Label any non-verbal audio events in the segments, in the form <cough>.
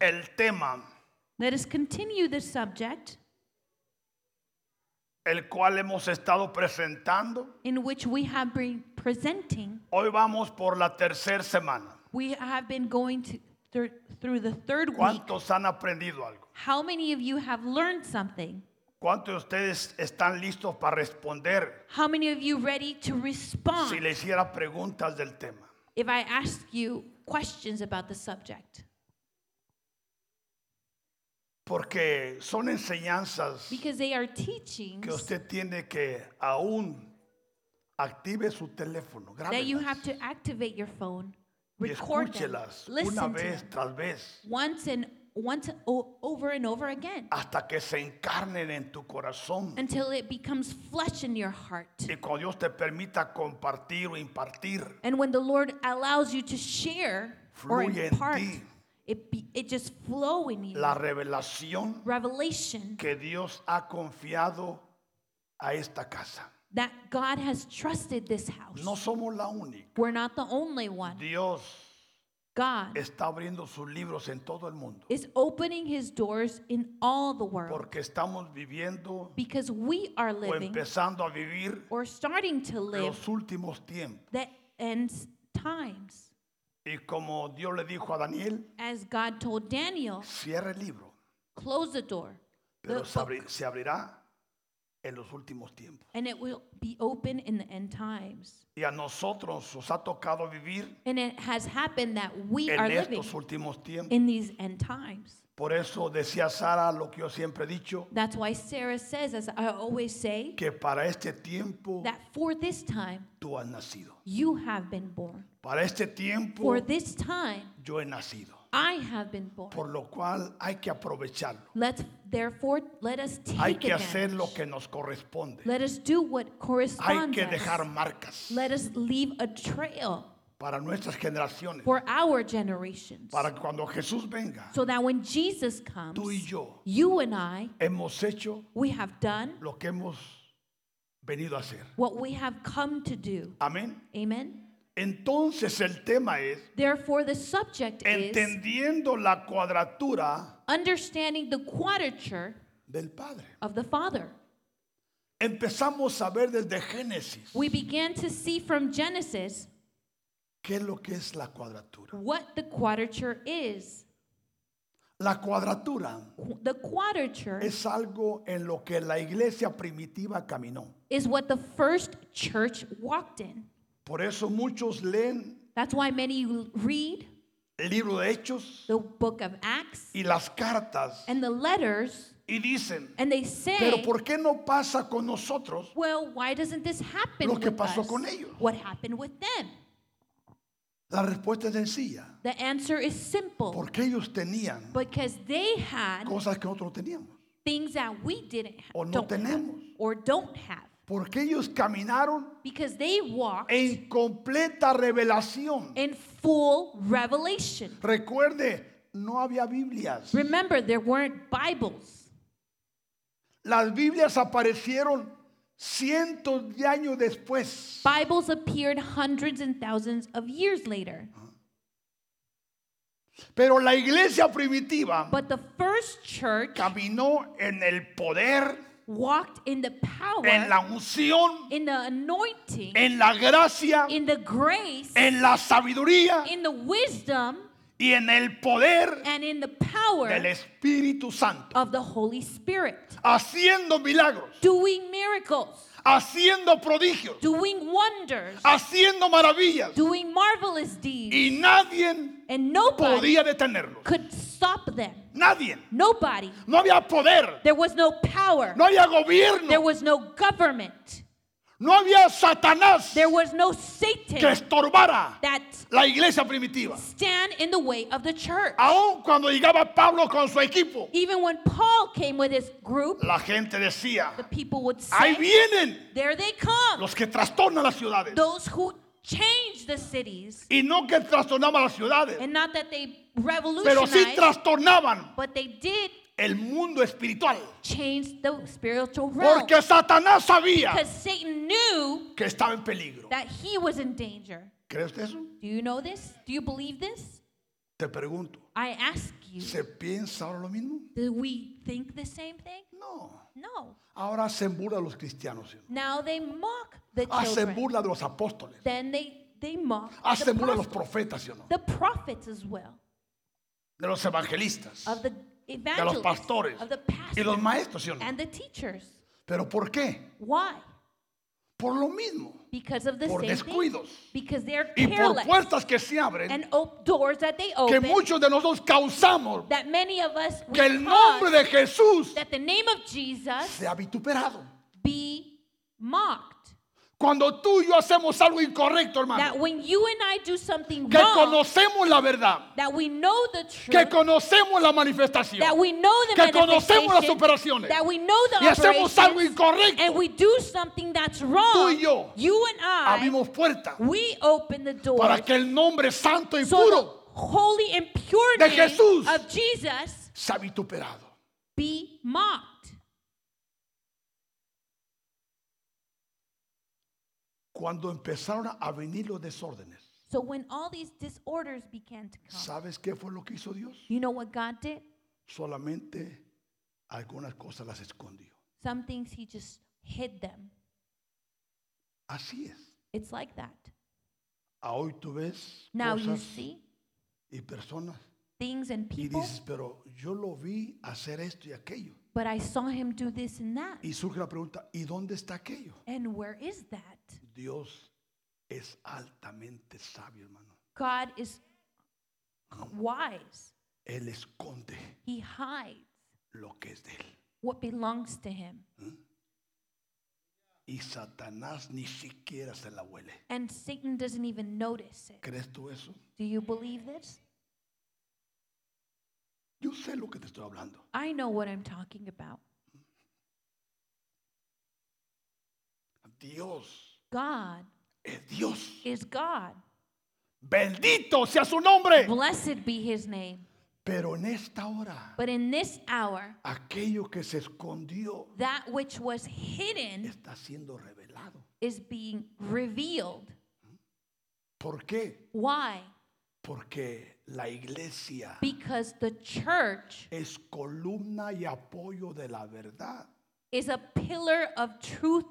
el tema, Let us continue this subject el cual hemos estado presentando. in which we have been presenting. Hoy vamos por la tercera semana. We have been going to thir- through the third week. ¿Cuántos han aprendido algo? How many of you have learned something? ¿Cuántos de ustedes están listos para responder How many of you ready to respond si le hiciera preguntas del tema? if I ask you questions about the subject? Porque son enseñanzas Because they are teachings que usted tiene que aún active su teléfono. that you have Grábelas to activate your phone, y record them, escúchelas una listen to vez them tras vez once and once o- over and over again hasta que se encarnen en tu corazón. until it becomes flesh in your heart. Y cuando Dios te permita compartir o impartir, And when the Lord allows you to share or Fluye en impart, ti. it be, it just flow in you. la revelación Revelation que Dios ha confiado a esta casa. that God has trusted this house. No somos la única. We're not the only one. Dios God está abriendo sus libros en todo el mundo is opening his doors in all the world porque estamos viviendo because we are o living empezando a vivir or starting to live los últimos tiempos. the end times. Y como Dios le dijo a Daniel, As God told Daniel, cierra el libro, close the door, the pero se, abri- book, se abrirá en los últimos tiempos. and it will be open in the end times. Y a nosotros nos ha tocado vivir And it has happened that we are en living estos últimos tiempos. in these end times. Por eso decía Sara lo que yo siempre he dicho, That's why Sarah says, as I always say, que para este tiempo that for this time tú has nacido. you have been born. Para este tiempo For this time yo he nacido. I have been born. Por lo cual hay que aprovecharlo. Let's therefore let us take Hay que hacer advantage. lo que nos corresponde. Let us do what Hay corresponds. que us. dejar marcas Let us leave a trail para nuestras generaciones. for our generations. Para que cuando Jesús venga, so that when Jesus comes, tú y yo you and I, hemos hecho we have done lo que hemos venido a hacer. what we have come to do. Amén. Amen. Entonces el tema es, Therefore, the subject is entendiendo la cuadratura understanding the quadrature del Padre. of the Father. Empezamos a ver desde Génesis We began to see from Genesis qué es lo que es la cuadratura. what the quadrature is. La cuadratura Qu- The quadrature es algo en lo que la iglesia primitiva caminó. is what the first church walked in. Por eso muchos leen That's why many l- read el libro de Hechos the book of Acts y las cartas and the letters, y dicen, and they say, pero ¿por qué no pasa con nosotros? well, why doesn't this happen Lo with que pasó us? con ellos. What happened with them? La respuesta es sencilla, The answer is simple. porque ellos tenían Because they had cosas que nosotros no teníamos things that we didn't ha- o no don't have tenemos. or don't have. Porque ellos caminaron Because they walked en completa revelación. in full revelation. Recuerde, no había Biblias. Remember, there weren't Bibles. Las Biblias aparecieron cientos de años después. Bibles appeared hundreds and thousands of years later. Pero la iglesia primitiva But the first church caminó en el poder, walked in the en la power, unción, in the anointing, en la gracia, in the grace, en la sabiduría in the wisdom, y en el poder and in the del power Espíritu Santo. of the Holy Spirit. Haciendo milagros, Doing miracles, haciendo prodigios, doing wonders, haciendo maravillas. doing marvelous deeds, Y nadie and nobody podía detenerlos. could stop them. Nadie. Nobody. No había poder, There was no power. no había There gobierno, was no government. no había Satanás There was no que Satan estorbara that la iglesia primitiva. stand in the way of the church. Aún cuando llegaba Pablo con su equipo, Even when Paul came with his group, la gente decía, the people would ahí say, vienen There they come, los que trastornan las ciudades. those who change the cities. Y no que trastornaban las ciudades, And not that they pero sí revolutionized, trastornaban but they did el mundo espiritual. change the spiritual realm. Porque Satanás sabía Because Satan knew que estaba en peligro. that he was in danger. ¿Cree usted eso? Do you know this? Do you believe this? Te pregunto, I ask you. ¿Se piensa ahora lo mismo? Do we think the same thing? No. No. Ahora se burla de los cristianos. Now they mock the Hacen children. burla de los apóstoles. Then they, they mock the, Hacen burla de los apostles, profetas, ¿sí o no? the prophets as well, De los evangelistas. of the De los evangelists, pastores. of the Y pastors, los maestros, ¿sí o no? and the teachers. ¿Pero por qué? Why? Por lo mismo. Because of the Por same descuidos. thing. Because they are Y por careless. puertas que se abren, and op- doors that they que open muchos de nosotros causamos that many of us we que el cause nombre de Jesús that the name of Jesus sea vituperado. be mocked. Cuando tú y yo hacemos algo incorrecto, hermano, That when you and I do something que wrong, conocemos la verdad, that we know the que truth, conocemos la manifestación, that we know the que conocemos las manifestation, operaciones, that we know the y hacemos algo operations, incorrecto, and we do something that's wrong, Tú y yo you and I, abrimos puertas we open the door para que el nombre santo y so the puro holy and pure de name Jesús. of Jesus sea vituperado. be mocked. Cuando empezaron a venir los desórdenes, So when all these disorders began to come, ¿sabes qué fue lo que hizo Dios? you know what God did? Solamente algunas cosas las escondió. Some things he just hid them. Así es. It's like that. A hoy tú ves Now you cosas see y personas things and y people, dices, pero yo lo vi hacer esto y aquello. but I saw him do this and that. Y surge la pregunta, ¿y dónde está aquello? And where is that? Dios es altamente sabio, hermano. God is wise. Él esconde He hides lo que es de él. what belongs to him. Y Satanás ni siquiera se la huele. And Satan doesn't even notice it. ¿Crees tú eso? Do you believe this? Yo sé lo que te estoy hablando. I know what I'm talking about. Dios God es Dios. is God. Bendito sea su nombre. Blessed be his name. Pero en esta hora, But in this hour, aquello que se escondió that which was hidden está siendo revelado. is being revealed. ¿Por qué? Why? Porque la iglesia Because the church es columna y apoyo de la verdad. is a pillar of truth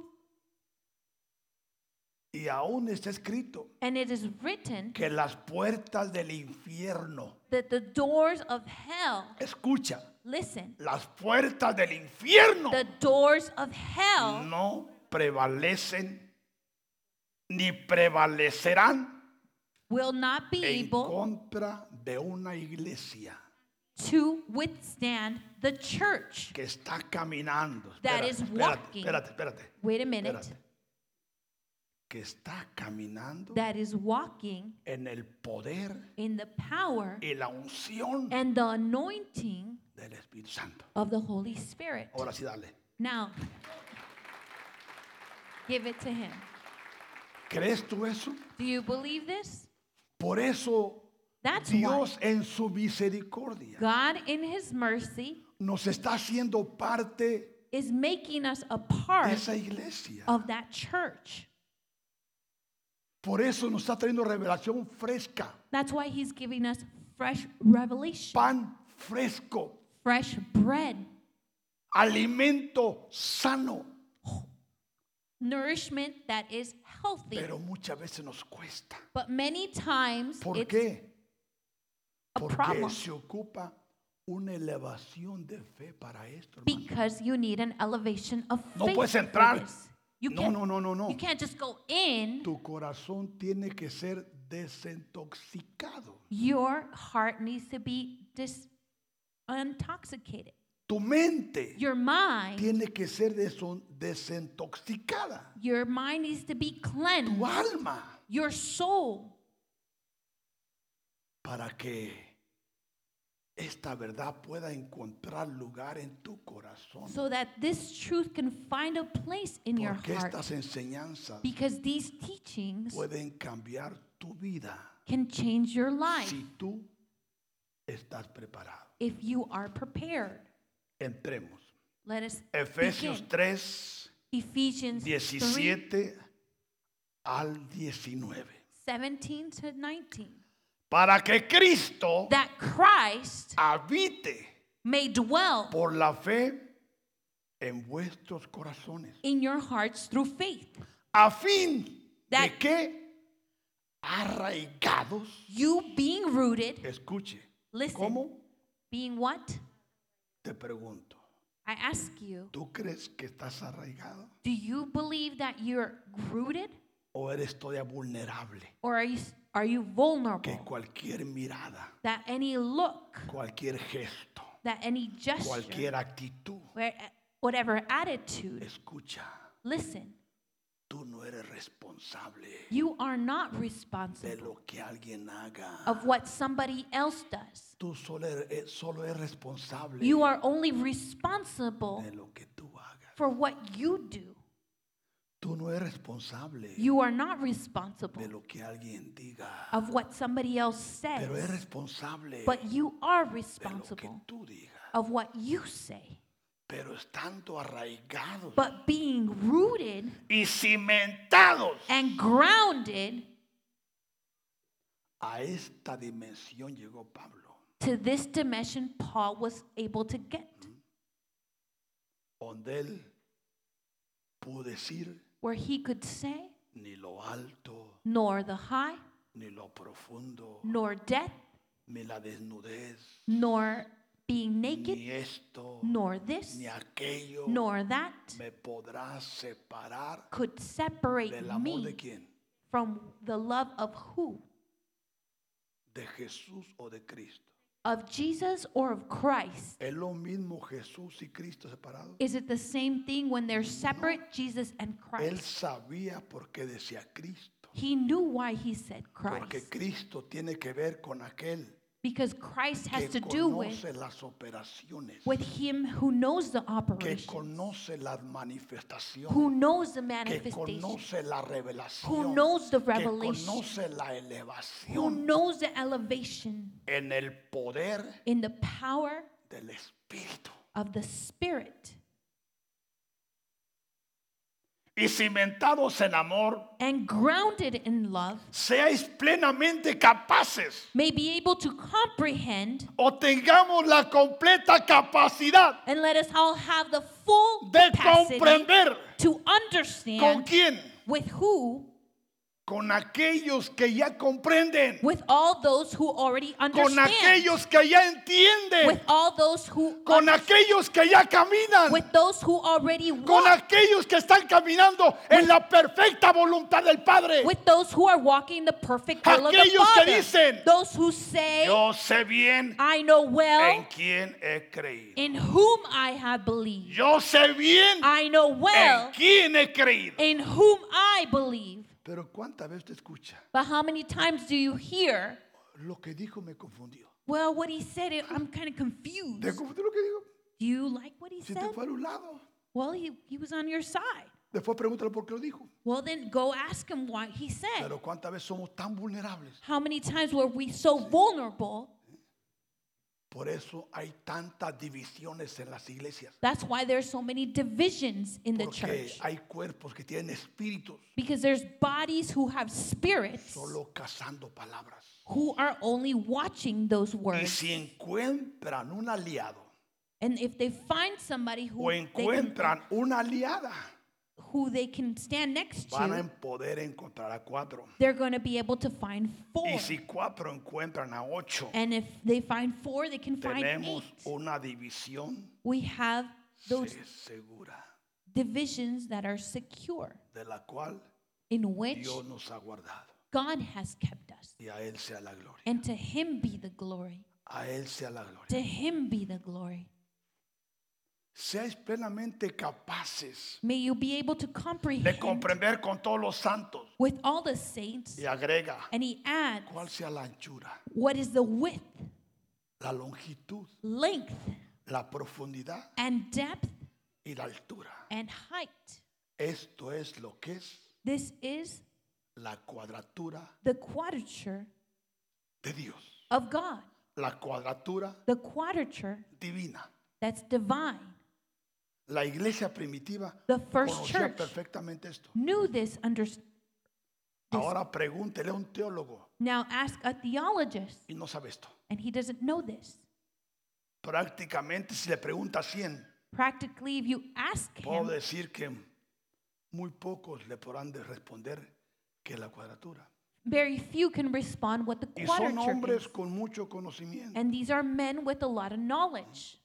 Y aún está escrito and it is written que las puertas del infierno, that the doors of hell, escucha, listen, las puertas del infierno the doors of hell no prevalecen ni prevalecerán will not be en able contra de una iglesia to withstand the church. que está caminando. That Espérate, is espérate, walking. espérate, espérate, Wait a minute. espérate. Que está caminando That is walking en el poder in the power y la unción and the anointing del Espíritu Santo. of the Holy Spirit. Ahora sí, dale. Now, give it to him. ¿Crees tú eso? Do you believe this? Por eso That's why Dios en su misericordia God, in His mercy, nos está haciendo parte is making us a de part esa iglesia. of that church. Por eso nos está trayendo revelación fresca, That's why He's giving us fresh revelation, pan fresco, fresh bread, alimento sano. nourishment that is healthy. Pero muchas veces nos cuesta. But many times ¿Por it's qué? a Porque problem se ocupa una elevación de fe para esto. hermano. because you need an elevation of No faith. puedes for entrar. this. You No, can't- no, no, no, no. You can't just go in. Tu corazón tiene que ser desintoxicado. Your heart needs to be dis- intoxicated. Tu mente Your mind, tiene que ser deson- desintoxicada. your mind needs to be cleansed. Tu alma Your soul, para que esta verdad pueda encontrar lugar en tu corazón. so that this truth can find a place in your Porque heart. estas enseñanzas Because these teachings pueden cambiar tu vida can change your life si tú estás preparado. if you are prepared. Entremos. Let us Efesios begin. 3, Ephesians 3, 17 al 19. 17 to 19. para que Cristo that Christ habite may dwell por la fe en vuestros corazones, in your hearts through faith. a fin That- de que arraigados, You being rooted, escuche, Listen. ¿cómo? being what? Te pregunto, I ask you, ¿tú crees que estás arraigado do you believe that you're rooted o eres todavía vulnerable? or are you are you Que vulnerable? cualquier mirada, That any look, cualquier gesto, that any gesture, cualquier actitud, where, whatever attitude, escucha, listen, tú no eres responsable you are not de responsible lo que alguien haga. of what somebody else does. Tú solo eres, eh, solo eres responsable You are only responsible de lo que tú hagas. for what you do. Tú no eres responsable You are not de responsible lo que alguien diga, of what somebody else pero eres says, responsable but you are de lo que responsible tú digas. of what you say. Pero estando arraigados But being rooted y cimentados and grounded a esta dimensión llegó Pablo, to this dimension, Paul was able to get, donde él pudo decir where he could say, ni lo alto, nor the high, ni lo profundo, nor death, ni la desnudez, nor being naked, ni esto, nor this, ni aquello, nor that me podrá separar could separate del amor de me quién? from the love of who? De Jesús o de Cristo. Of Jesus or of Christ? ¿Es lo mismo Jesús y Cristo separados? Is it the same thing when they're separate, Jesus and Él Christ? sabía por qué decía Cristo. He knew why he said Porque Christ. Cristo tiene que ver con aquel Because Christ has to que do with conoce las operaciones, with him who knows the que operation, conoce las who manifestaciones, knows the que manifestation, conoce la who revelación, knows the que revelation, conoce la who elevación knows the elevation en el poder in the power del Espíritu. of the Spirit Y cimentados en amor, and grounded in love, seáis plenamente capaces may be able to comprehend o tengamos la completa capacidad and let us all have the full de capacity comprender to con understand quién, with who, con aquellos que ya comprenden, with all those who already con understand, aquellos que ya with entienden, all those who, con under- aquellos que ya caminan, with those who already con walk. aquellos que están caminando en la perfecta voluntad del Padre. with those who are walking the perfect will of the Aquellos que Father. dicen, those who say, Yo sé bien I know en well quién he creído. in whom I have believed. Yo sé bien I know en well quién he creído. in whom I believe. Pero ¿cuántas veces te escucha? But how many times do you hear, Lo que dijo me confundió. well, what he said, it- I'm kind of confused. ¿Te confundió lo que dijo? Do you like what he Si te said? fue a un lado. Well, he, he was on your side. Después pregúntale por qué lo dijo. Well, then go ask him why he said. Pero ¿cuántas veces somos tan vulnerables? How many times were we so vulnerable? Por eso hay tantas divisiones en las iglesias. That's why there's so many divisions in the Porque church. hay cuerpos que tienen espíritus Because there's bodies who have spirits solo cazando palabras. who are only watching those Y words. si encuentran un aliado And if they find somebody who o they, can, encuentran una aliada, who they can stand next van a to, en- poder encontrar a cuatro. they're going to be able to find four. Y si cuatro encuentran a ocho, And if they find four, they can find tenemos eight. una división We have those se- segura divisions that are secure, de la cual in which Dios nos ha guardado. God has kept us. Y a Él sea la gloria. And to Him be the glory. A Él sea la gloria. To Him be the glory. Seáis plenamente capaces May you be able to de comprehend comprender con todos los santos. with all the saints. Y agrega, And he adds, ¿cuál sea la anchura, what is the width, la longitud, length, la profundidad and depth, y la altura? and height? Esto es lo que es This is la cuadratura the quadrature de Dios, of God, la cuadratura the quadrature divina. that's divine. La iglesia primitiva The first conocía church perfectamente esto. knew this, under, this Ahora pregúntele a un teólogo Now ask a theologist, y no sabe esto. and he doesn't know this. Prácticamente si le pregunta a 100, Practically, if you ask puedo him, decir que muy pocos le podrán de responder que es la cuadratura. very few can respond what the Y son quadrature is. hombres con mucho conocimiento, And these are men with a lot of knowledge,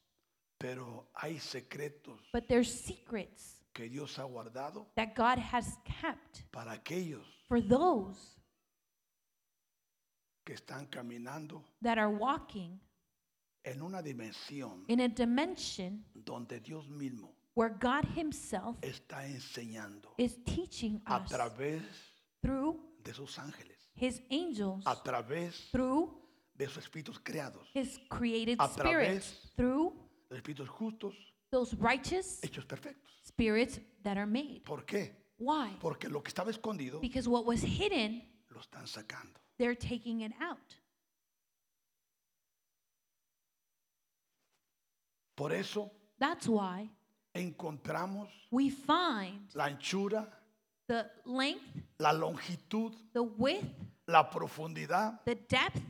pero hay secretos but there's secrets que Dios ha guardado that God has kept para aquellos for those que están caminando that are walking en una dimensión in a dimension donde Dios mismo where God Himself está enseñando is teaching a us través through de sus ángeles, His angels, a través through de sus espíritus creados, His created A spirits, través- through de espíritus justos, those righteous hechos perfectos. spirits that are made. ¿Por qué? Why? Porque lo que estaba escondido Because what was hidden, lo están sacando. they're taking it out. Por eso That's why encontramos we find la anchura, the length, la longitud, the width, la profundidad the depth,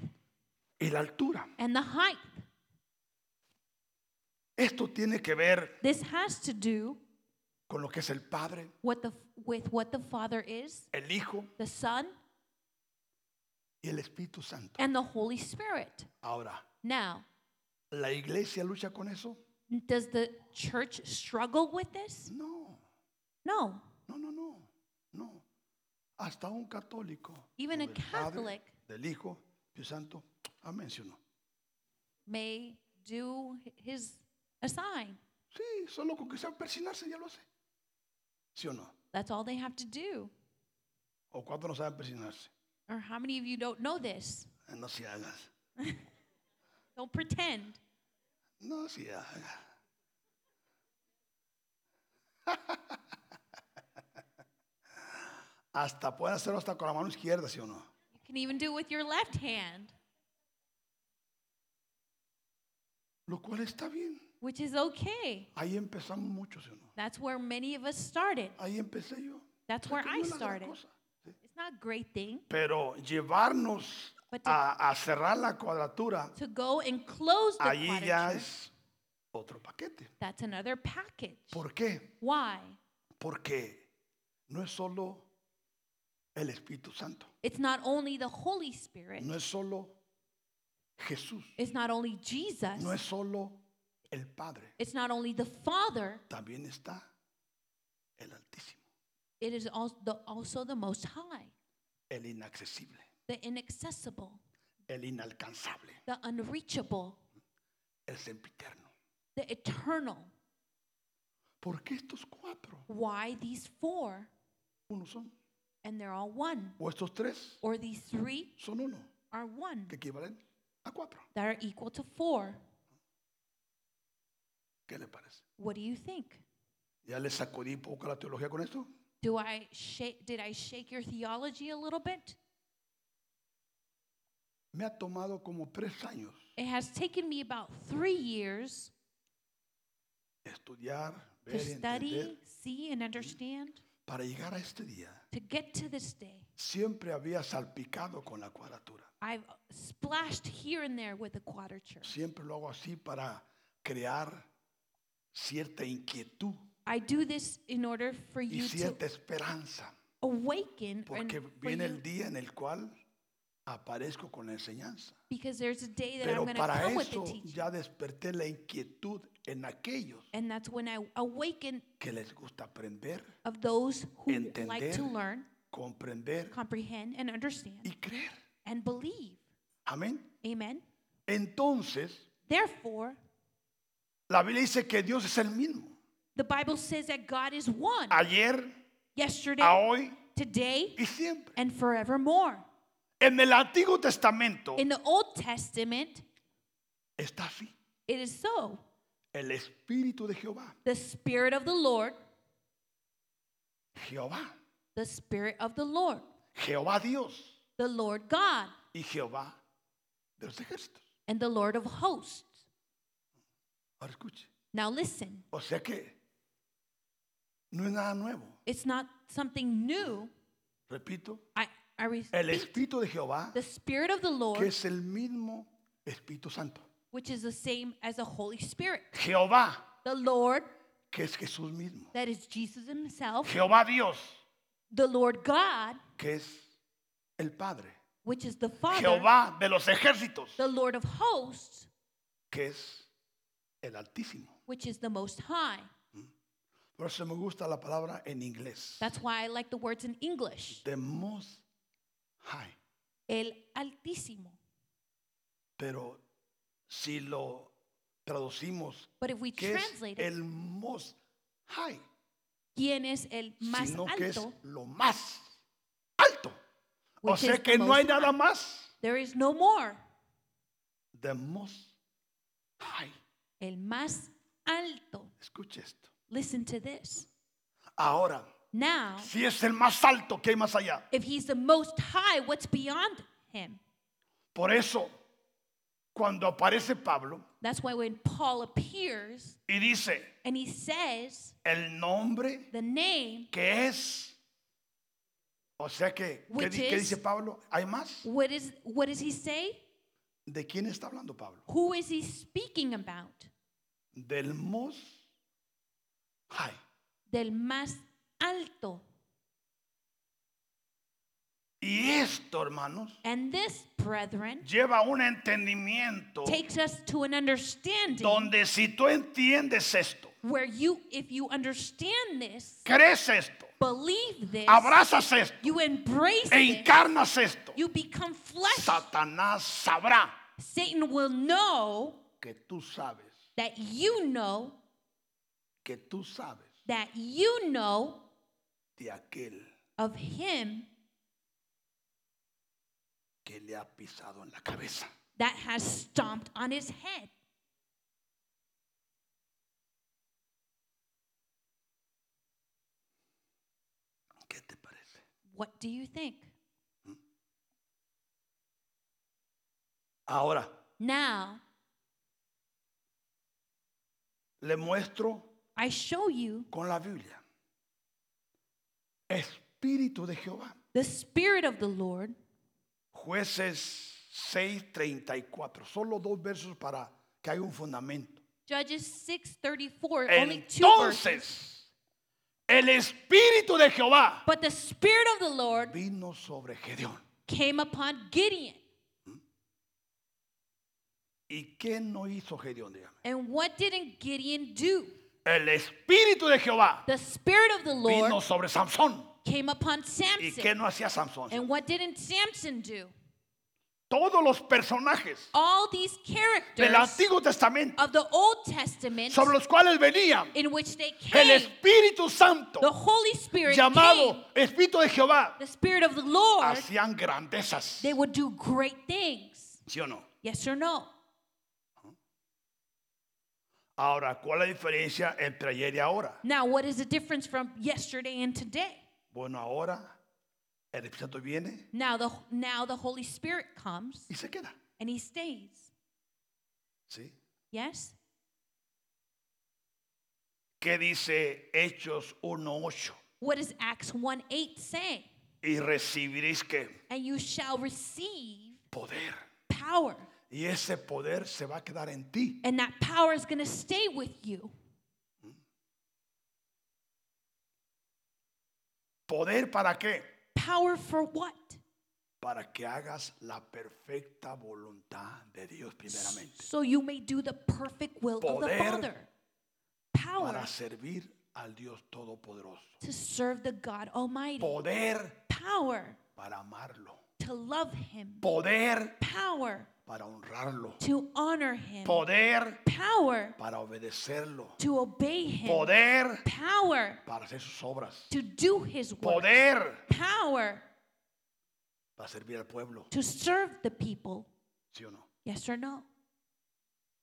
y la altura. and the height. Esto tiene que ver This has to do con lo que es el Padre, what the with what the Father is, el Hijo the Son, y el Espíritu Santo. and the Holy Spirit. Ahora, Now, ¿la iglesia lucha con eso? does the church struggle with this? No, No. no, no, no, no. Hasta un católico. Even o a del Padre, Catholic. del Hijo, Dios Santo, ha mencionado. May do his assign. Sí, solo con que sea persinarse ya lo hace. ¿Sí o no? That's all they have to do. ¿O cuántos no saben persinarse? Or how many of you don't know this? Ah, No se hagas. Don't pretend. No se hagas. <laughs> hasta pueden hacerlo hasta con la mano izquierda, ¿sí o no? You can even do it with your left hand, Lo cual está bien. which is okay. Ahí empezamos muchos, ¿sí o no? That's where many of us started. Ahí empecé yo. That's O sea where que no I es la gran started. cosa, ¿sí? It's not a great thing Pero llevarnos But to- a, a cerrar la cuadratura, to go and close the allí ya quadrature. es otro paquete. That's another package. ¿Por qué? Why? Porque no es solo el Espíritu Santo, It's not only the Holy Spirit. no es solo Jesús, It's not only Jesus. no es solo el Padre, It's not only the Father. también está el Altísimo, It is also the, also the Most High, el inaccesible, the inaccessible, el inalcanzable, the unreachable, el sempiterno. the eternal. ¿Por qué estos cuatro? Why these four? Uno son. And they're all one. O estos tres Or these three son uno, are one, que equivalen a cuatro. that are equal to four. ¿Qué le parece? What do you think? ¿Ya le sacudí un poco la teología con esto? Do I shake, did I shake your theology a little bit? Me ha tomado como tres años It has taken me about three years estudiar, to ver, y entender, study, see, and understand para llegar a este día. to get to this day. siempre había salpicado con la cuadratura. I've splashed here and there with a quadrature. Siempre lo hago así para crear cierta inquietud I do this in order for y you to cierta esperanza, awaken and porque for viene you- el día en el cual aparezco con la enseñanza. because there's a day that Pero I'm going to para come with the eso teaching. ya desperté la inquietud en aquellos And that's when I awaken que les gusta aprender, of those who like to Entender. learn, comprender comprehend, and understand, y creer. and believe. Amén. Amen. Entonces, Therefore, la Biblia dice que Dios es el mismo. the Bible says that God is one Ayer, a yesterday, hoy today, y siempre. and forevermore. En el Antiguo Testamento In the Old Testament, está así. it is so. El Espíritu de Jehová. The Spirit of the Lord, Jehová. the Spirit of the Lord, Jehová Dios the Lord God, y Jehová de los ejércitos. and the Lord of hosts. Ahora escuche. Now listen, O sea que no es nada nuevo. it's not something new. Repito, I, I re- El Espíritu de Jehová, the Spirit of the que Lord, es el mismo Espíritu Santo. which is the same as the Holy Spirit. Jehová, The Lord, que es Jesús mismo. that is Jesus Himself. Jehová Dios, The Lord God, que es el Padre. which is the Father. Jehová de los ejércitos, The Lord of hosts, que es el Altísimo. which is the Most High. Por eso me gusta la palabra en inglés. That's why I like the words in English. The Most High. El Altísimo. Pero si lo traducimos, But if we ¿qué es translate it, el Most High? ¿quién es el más Sino que es alto? lo más alto. O Which sea is que the no Most hay nada High. más. There is no more. The Most High. El más alto. Escuche esto. Listen to this. Ahora, Now, si es el más alto que hay más allá. if he's the most high, what's beyond him? Por eso, cuando aparece Pablo That's why when Paul appears y dice, and he says el nombre the name, que es, o sea que, ¿qué, Which di- qué is- dice Pablo? ¿Hay más? what is what does he say? ¿De quién está hablando Pablo? Who is he speaking about? Del Mos High. Del más alto. Y esto, hermanos, And this, brethren, lleva a un entendimiento takes us to an understanding donde si tú entiendes esto, where you, if you understand this, crees esto, believe this, abrazas esto, you embrace e it, encarnas esto, you become flesh. Satanás sabrá Satan will know que tú sabes, that you know que tú sabes that you know de aquel of him que le ha pisado en la cabeza. that has stomped on his head. ¿Qué te parece? What do you think? Ahora, Now le muestro I show you con la Biblia. Espíritu de Jehová. the Spirit of the Lord, Jueces 6:34. Solo dos versos para que haya un fundamento. Judges 6:34, only two verses. Entonces, el Espíritu de Jehová But the Spirit of the Lord vino sobre Gedeón. came upon Gideon. ¿Y qué no hizo Gedeón? Dígame. And what didn't Gideon do? El Espíritu de Jehová The Spirit of the Lord vino sobre Sansón. came upon ¿Y Samson. qué no hacía Sansón? And what didn't Samson do? Todos los personajes All these del characters Antiguo Testamento of the Old Testament sobre los cuales venía in which they el came, Espíritu Santo the Holy Spirit came, llamado Espíritu de Jehová, the Spirit of the Lord, hacían grandezas. they would do great things. ¿Sí o no? Yes or no? Ahora, ¿cuál es la diferencia entre ayer y ahora? Now, what is the difference from yesterday and today? Bueno, ahora el Espíritu Santo viene Now the now the Holy Spirit comes y se queda. and he stays. ¿Sí? Yes? ¿Qué dice Hechos 1.8? What does Acts 1 8 say? Y recibiréis que And you shall receive poder. power. Y ese poder se va a quedar en ti. And that power is gonna stay with you. ¿Poder para qué? Power for what? Para que hagas la perfecta voluntad de Dios primeramente. So you may do the perfect will of the Poder Father. Power Para servir al Dios Todopoderoso. to serve the God Almighty. Poder Power para amarlo. to love Him. Poder Power para honrarlo. to honor Him. Poder Power para obedecerlo. to obey Him. Poder Power para hacer sus obras. to do His work. Poder Power para servir al pueblo. to serve the people. ¿Sí o no? Yes or no?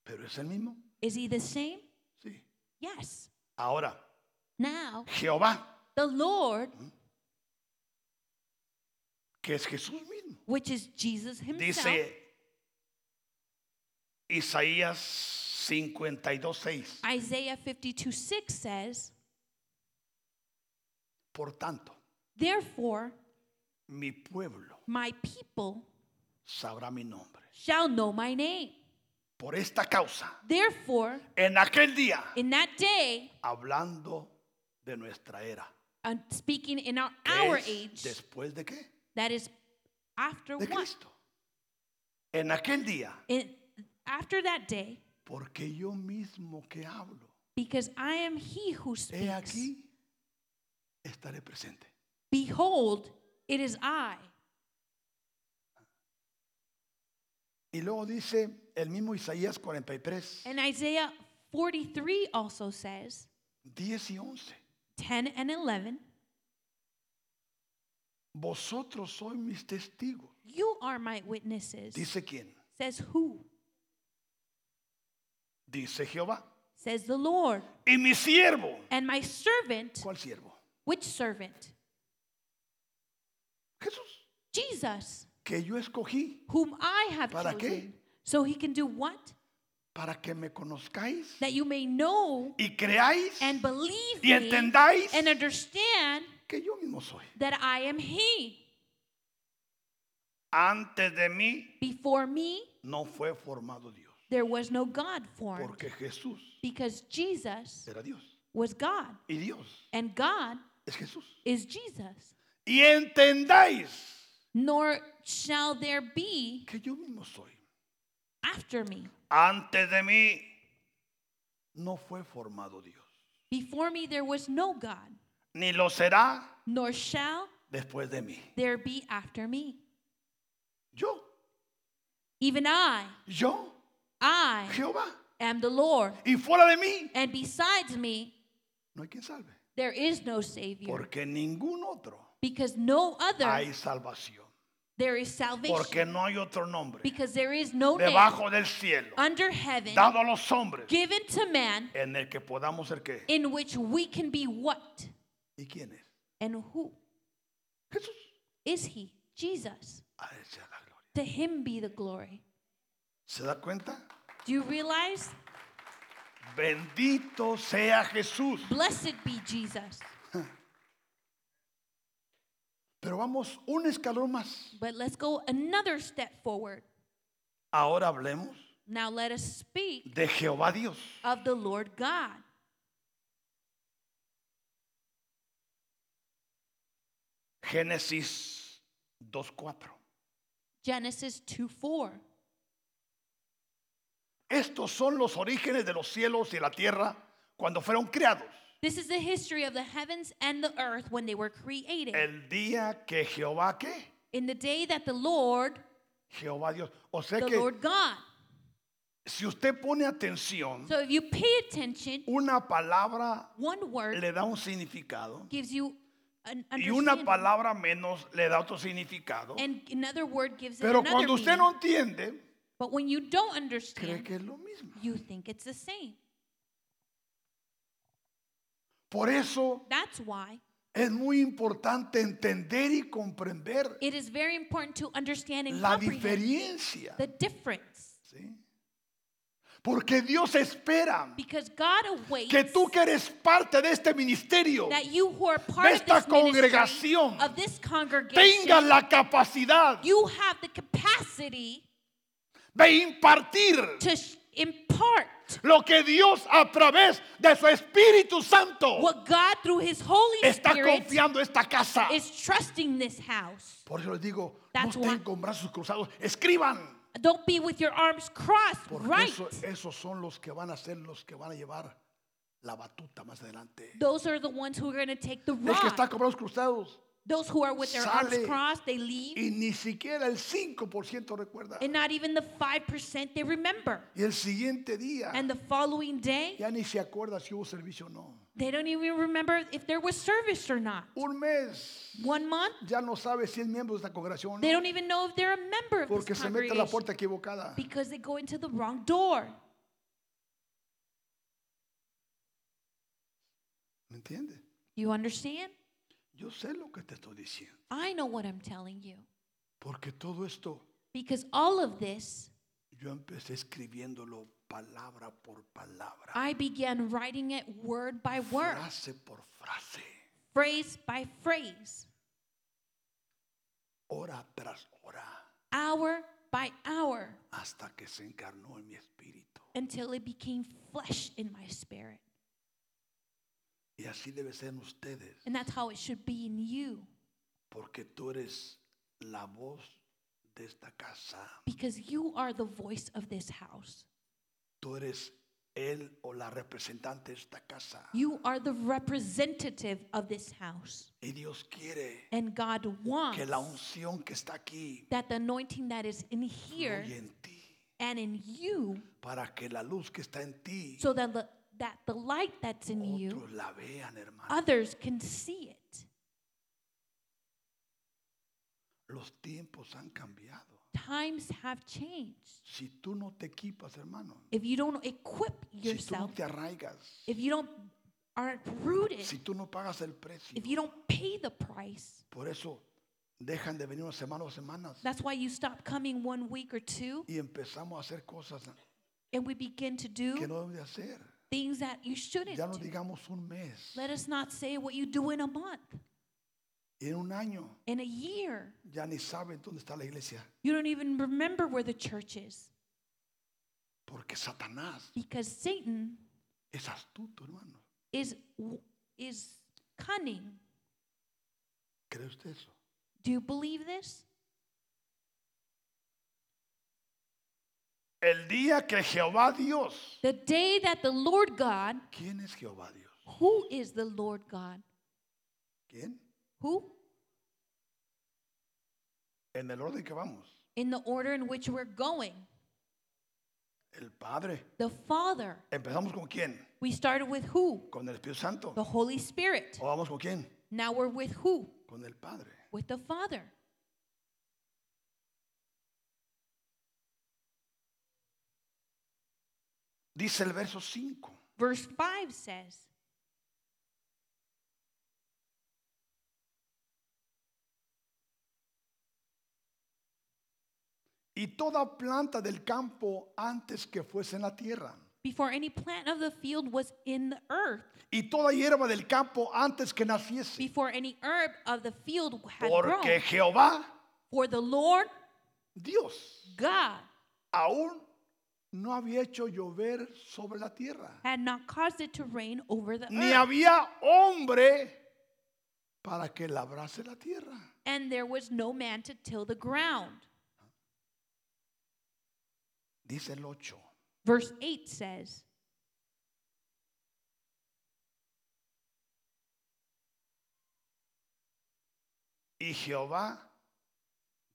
Pero es el mismo. Is He the same? Sí. Yes. Ahora, Now, Jehová, the Lord, que es Jesús mismo, which is Jesus Himself, dice Isaías 52:6. Isaiah 52 6 says, Por tanto, Therefore, mi pueblo My people sabrá mi nombre. shall know my name. Por esta causa, Therefore, en aquel día, in that day, hablando de nuestra era. I'm speaking in our, que our es age, ¿Después de qué? that is after De what? Cristo. En aquel día, In, after that day, porque yo mismo que hablo, because I am he who he speaks. aquí, estaré presente. Behold, it is I. Y luego dice el mismo Isaías 43, And Isaiah 43 also says, 10 y 11. 10 and 11, Vosotros sois mis testigos. you are my witnesses. Dice quién? says who? Dice Jehová. Says the Lord. Y mi siervo. And my servant, ¿Cuál siervo? which servant? Jesús. Jesus, Que yo escogí whom I have ¿Para qué? chosen. So he can do what? para que me conozcáis That you may know y creáis and believe y me entendáis and understand que yo mismo soy. that I am he. Antes de mí Before me, no fue formado Dios. there was no God formed Porque Jesús because Jesus era Dios. was God Y Dios and God es Jesús. is Jesus. Y entendáis Nor shall there be que yo mismo soy. after me. Antes de mí no fue formado Dios. Before me, there was no God, Ni lo será nor shall después de mí. there be after me. Yo, Even I, yo, I Jehová. am the Lord, Y fuera de mí and besides me, no hay quien salve. there is no Savior. Porque ningún otro Because no other, hay salvación. there is salvation. Porque no hay otro nombre Because there is no name debajo del cielo under heaven dado a los hombres given to man en el que podamos ser qué. in which we can be what ¿Y quién es? and who Jesús. is he? Jesus. A él sea la gloria. To him be the glory. ¿Se da cuenta? Do you realize? Bendito sea Jesús. Blessed be Jesus. Pero vamos un escalón más. But let's go another step forward. Ahora hablemos Now let us speak de Jehová Dios. of the Lord God. Génesis 2.4. Genesis 2 4. Estos son los orígenes de los cielos y la tierra cuando fueron creados. This is the history of the heavens and the earth when they were created. El día que Jehová, ¿qué? In the day that the Lord, Jehová Dios. O sea the que Lord God. si usted pone atención, So if you pay attention, una palabra one word le da un significado gives you an y una understanding, palabra menos le da otro significado. and another word gives it Pero another cuando usted meaning. no entiende, But when you don't cree understand, que es lo mismo. you think it's the same. Por eso That's why es muy importante entender y comprender it is very important to understand and la comprehend diferencia. the difference. ¿sí? Porque Dios espera Because God awaits que tú que eres parte de este ministerio that you who are part de of esta this ministry, congregación of this congregation, tengas la capacidad you have the capacity de impartir to sh- impart lo que Dios a través de su Espíritu Santo what God through His Holy está Spirit confiando esta casa. is trusting this house. Por eso les digo, no That's estén why- con brazos cruzados, escriban. Don't be with your arms crossed, Porque right? eso- esos son los que van a ser los que van a llevar la batuta más adelante. Those are the ones who are going to take the Es que está rod. con brazos cruzados Those who are with their arms sale crossed, they leave, y ni siquiera el 5% recuerda. and not even the 5% they remember. Y el siguiente día And the following day, ya ni se acuerda si hubo servicio o no. they don't even remember if there was service or not. Un mes One month, ya no sabe si es miembro de esta congregación o They no, don't even know if they're a member of porque this se mete a la congregation puerta equivocada. because they go into the wrong door. ¿Me entiendes? You understand? Yo sé lo que te estoy diciendo, I know what I'm telling you porque todo esto because all of this, yo empecé escribiéndolo palabra por palabra, I began writing it word by word, frase por frase. phrase by phrase. hora tras hora, hour by hour, hasta que se encarnó en mi espíritu. until it became flesh in my spirit. Y así debe ser en ustedes, And that's how it should be in you, porque tú eres la voz de esta casa. because you are the voice of this house. Tú eres él o la representante de esta casa. You are the representative of this house. Y Dios quiere And God wants que la unción que está aquí that the anointing that is in here fluya en ti, and in you, para que la luz que está en ti so that the, that the light that's in you, otros la vean, hermano. others can see it. Los tiempos han cambiado. Times have changed. Si tú no te equipas, hermano, If you don't equip si tú no yourself, te arraigas, if you don't aren't rooted, si tú no pagas el precio, if you don't pay the price, por eso dejan de venir una semana o semanas that's why you stop coming one week or two, y empezamos a hacer cosas and we begin to que do no debemos de hacer. things that you shouldn't Ya no do. digamos un mes, Let us not say what you do in a month, y en un año in a year. ya ni saben dónde está la iglesia, You don't even remember where the church is porque Satanás because Satan es astuto, hermano. is w- is cunning. ¿Cree usted eso? Do you believe this? El día que Jehová Dios, The day that the Lord God, ¿quién es Jehová Dios? who is the Lord God? ¿Quién? Who? En el orden que vamos, In the order in which we're going. el Padre. The Father. Empezamos con quién? We started with who? Con el Espíritu Santo. The Holy Spirit. ¿O vamos con quién? Now we're with who? Con el Padre. With the Father. Dice el verso 5. Verse 5 says, Y toda planta del campo antes que fuese en la tierra. Before any plant of the field was in the earth, Y toda hierba del campo antes que naciese. before any herb of the field had Porque grown. Jehová, For the Lord Dios, God aún no había hecho llover sobre la tierra. had not caused it to rain over the Ni earth. había hombre para que labrase la tierra. and there was no man to till the ground. Dice el 8. Verse 8 says, Y Jehová,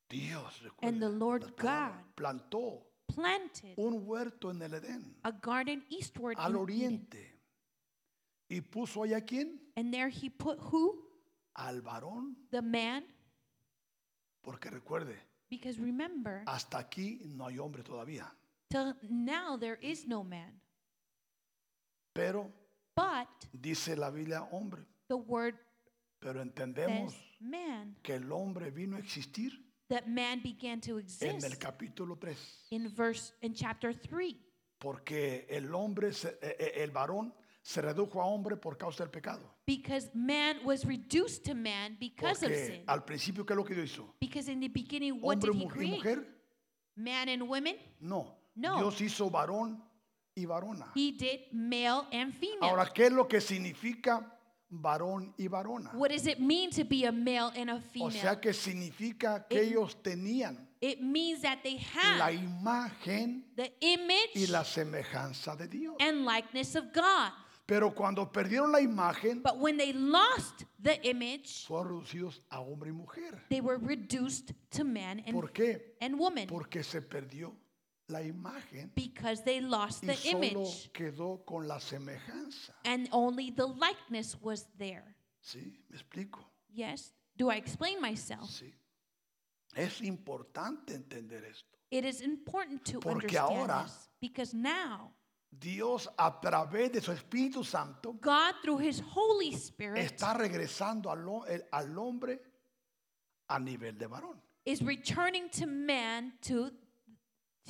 Dios, And recuerda the Lord las palabras, God plantó planted un huerto en el Edén, a garden eastward al in Eden. oriente, y puso ahí a quién? And there he put who? Al varón, The man. porque recuerde, Because remember, hasta aquí no hay hombre todavía, till now there is no man. pero But dice la Biblia hombre, the word pero says entendemos man, que el hombre vino a existir that man began to en el exist capítulo 3, in verse in chapter 3 porque el hombre, se- eh, eh, el varón se redujo a hombre por causa del pecado, because man was reduced to man because of porque sin. al principio ¿qué es lo que Dios hizo? Because in the beginning what Hombre did he mu- y create? mujer Man and women? No. No. Dios hizo varón y varona. He did male and female. Ahora, ¿qué es lo que significa varón y varona? What does it mean to be a male and a female? O sea que significa que It- ellos tenían it means that they have la imagen the image y la semejanza de Dios. and likeness of God. Pero cuando perdieron la imagen, But when they lost the image, fueron reducidos a hombre y mujer. they were reduced to man and, ¿Por qué? and woman Porque se perdió la imagen because they lost y the solo image quedó con la semejanza. and only the likeness was there. ¿Sí? ¿Me explico? Yes? Do I explain myself? Sí. Es importante entender esto. It is important to Porque understand ahora- this because now Dios a través de su Espíritu Santo God, through His Holy Spirit, está regresando al, ho- el- al hombre a nivel de varón. is returning to man to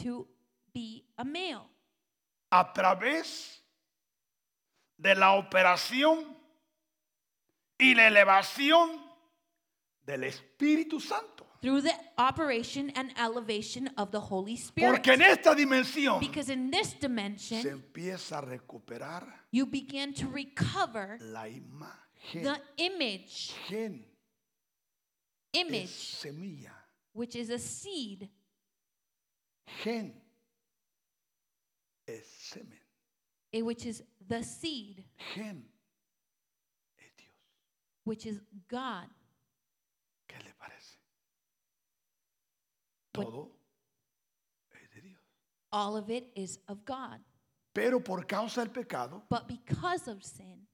to be a male A través de la operación y la elevación del Espíritu Santo. through the operation and elevation of the Holy Spirit. Porque en esta dimensión Because in this se dimension, empieza a recuperar you begin to recover la imagen. the image, Gen es image, semilla. which is a seed. Gen es semen. eh, which is the seed, Gen es Dios. which is God. ¿Qué le parece? What- Todo es de Dios. All of it is of God. Pero por causa del pecado, But because of sin,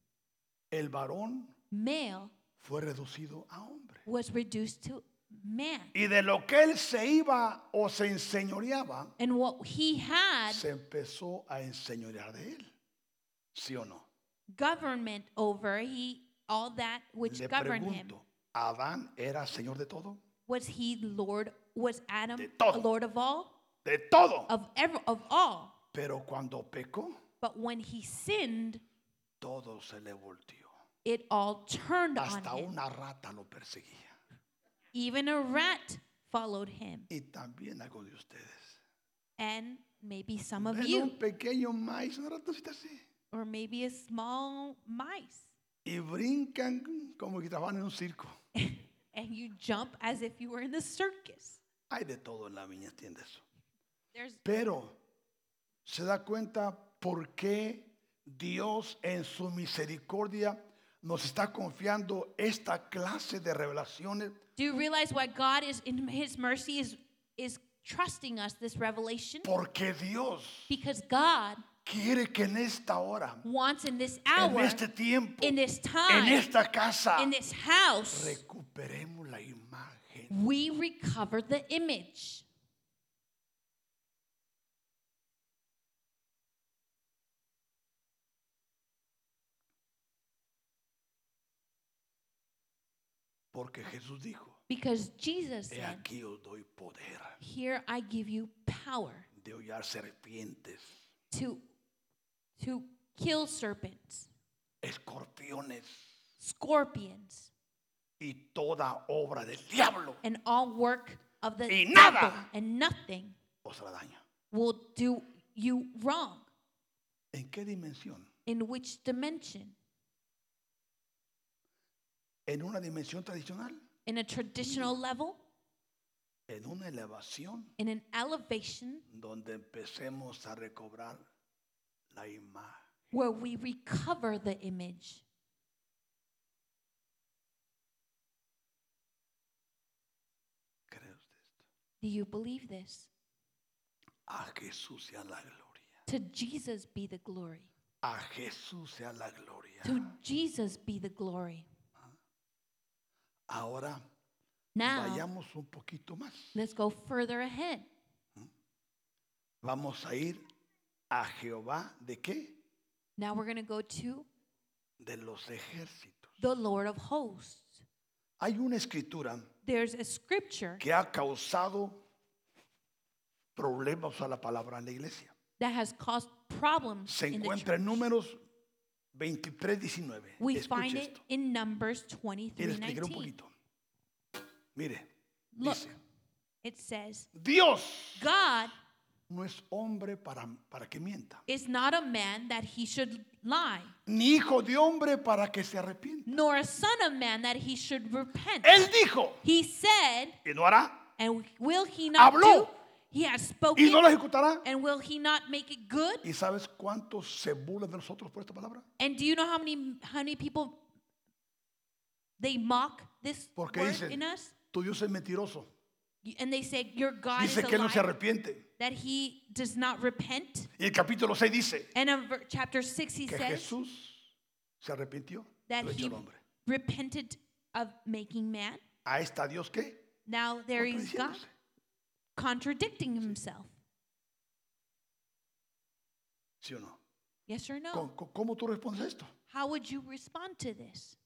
el varón male fue reducido a hombre. was reduced to man. Y de lo que él se iba o se enseñoreaba, And what he had se empezó a enseñorear de él. ¿Sí o no? government over, he all that which Le governed him. pregunto, ¿Adán era señor de todo? Was he Lord? Was Adam De a todo. Lord of all? De todo. Of ever of all. Pero cuando pecó, But when he sinned, todo se le volteó. it all turned on Hasta him. una rata lo perseguía. Even a rat followed him. Y también algo de ustedes. And maybe some of En you. un pequeño maíz, una ratacita así. or maybe a small mice Y brincan como que estaban en un circo. and you jump as if you were in the circus Hay de todo en la viña, entiende eso. there's Pero se da cuenta por qué Dios en su misericordia nos está confiando esta clase de revelaciones do you realize why god is in his mercy is is trusting us this revelation porque Dios because god quiere que en esta hora, wants in this en hour este tiempo, in this en time esta casa, in this house recuperemos la imagen. we recover the image Porque Jesús dijo, because jesus he said aquí os doy poder here i give you power de hollar serpientes, to to kill serpents escorpiones scorpions y toda obra del diablo. and all work of the Y devil nada. and nothing O será daño. will do you wrong ¿En qué dimensión? in which dimension ¿En una dimensión tradicional? in a traditional level En una elevación in an elevation donde empecemos a recobrar la imagen. where we recover the image ¿Cree usted esto? do you believe this A Jesús sea la gloria. to jesus be the glory A Jesús sea la gloria. to jesus be the glory Ahora now vayamos un poquito más. let's go further ahead Vamos a ir a Jehová de qué? now we're going to go to De los ejércitos. the lord of hosts Hay una escritura there's a scripture que ha causado problemas a la palabra en la iglesia. that has caused problems Se in the encuentra church. en Números 23, 19. We Escuche find it esto. in Numbers Y 23 le explicaré un 19. poquito. Mire, Look. dice, It says, Dios God no es hombre para, para que mienta, is not a man that he should lie, ni hijo de hombre para que se arrepienta. nor a son of man that he should repent. Él dijo, He said, y no hará, and will he not Habló. do? He has y spoken, no lo ejecutará. and will he not make it good? ¿Y sabes cuántos se burlan de nosotros por esta palabra? And do you know how many how many people they mock this Porque word dicen, in us? Tu Dios es mentiroso. And they say, Your God is Dice que a él no se liar, arrepiente. that he does not repent. Y el capítulo 6 dice And in ver- chapter 6, he que says Jesús se arrepintió that lo hecho he el hombre. repented of making man. A esta Dios qué? Now there is God Contradiciéndose. contradicting himself. ¿Sí o no? Yes or no? ¿Cómo, cómo- cómo tú respondes a esto? How would you respond to this?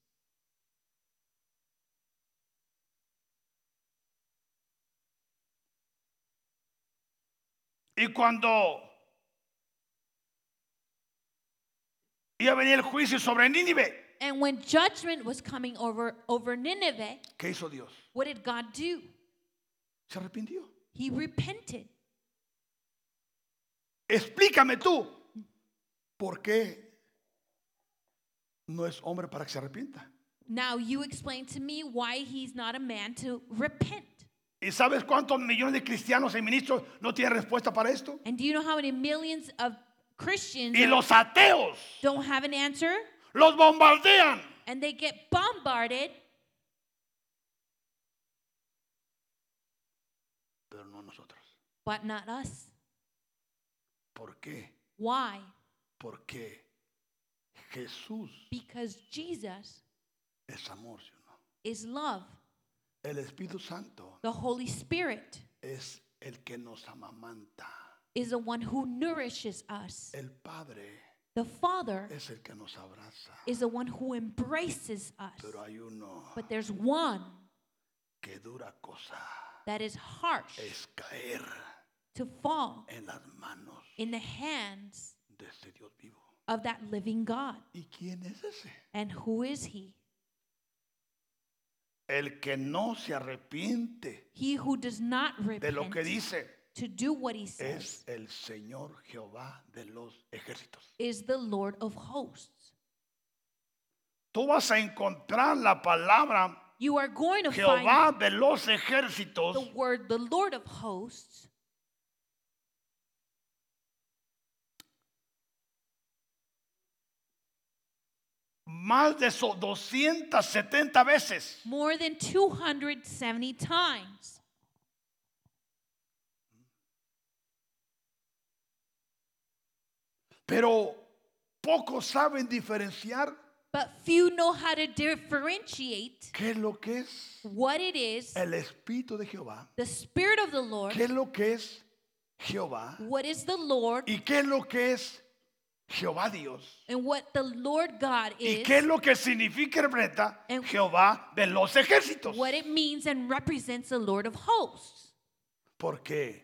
Y cuando iba a venir el juicio sobre Nínive, And when judgment was coming over over Nineveh, ¿qué hizo Dios? what did God do? Se arrepintió. He repented. Explícame tú, ¿por qué no es hombre para que se arrepienta? Now you explain to me why he's not a man to repent. ¿Y sabes cuántos millones de cristianos y ministros no tienen respuesta para esto? And do you know how many millions of Christians Y los ateos don't have an answer los bombardean. and they get bombarded, Pero no nosotros. but not us? ¿Por qué? Why? Porque Jesús Because Jesus es amor, ¿sí o no? is love. El Espíritu Santo The Holy Spirit es el que nos amamanta. is the one who nourishes us. El Padre The Father es el que nos abraza. is the one who embraces us. Pero hay uno But there's one que dura cosa that is harsh es caer to fall en las manos in the hands de ese Dios vivo. of that living God. ¿Y quién es ese? And who is he? El que no se arrepiente He who does not de lo que repent dice to do what he es says el Señor Jehová de los ejércitos. is the Lord of hosts. Tú vas a encontrar la palabra You are going to find Jehová de los the ejércitos word the Lord of hosts más de so- 270 veces. more than 270 times. Pero pocos saben diferenciar But few know how to differentiate qué es lo que es what it is el Espíritu de Jehová, the Spirit of the Lord, qué es lo que es Jehová what is the Lord, y qué es lo que es Jehová Dios. and what the Lord God ¿Y qué es is, lo que significa y representa En- Jehová de los ejércitos? what it means and represents the Lord of hosts. Porque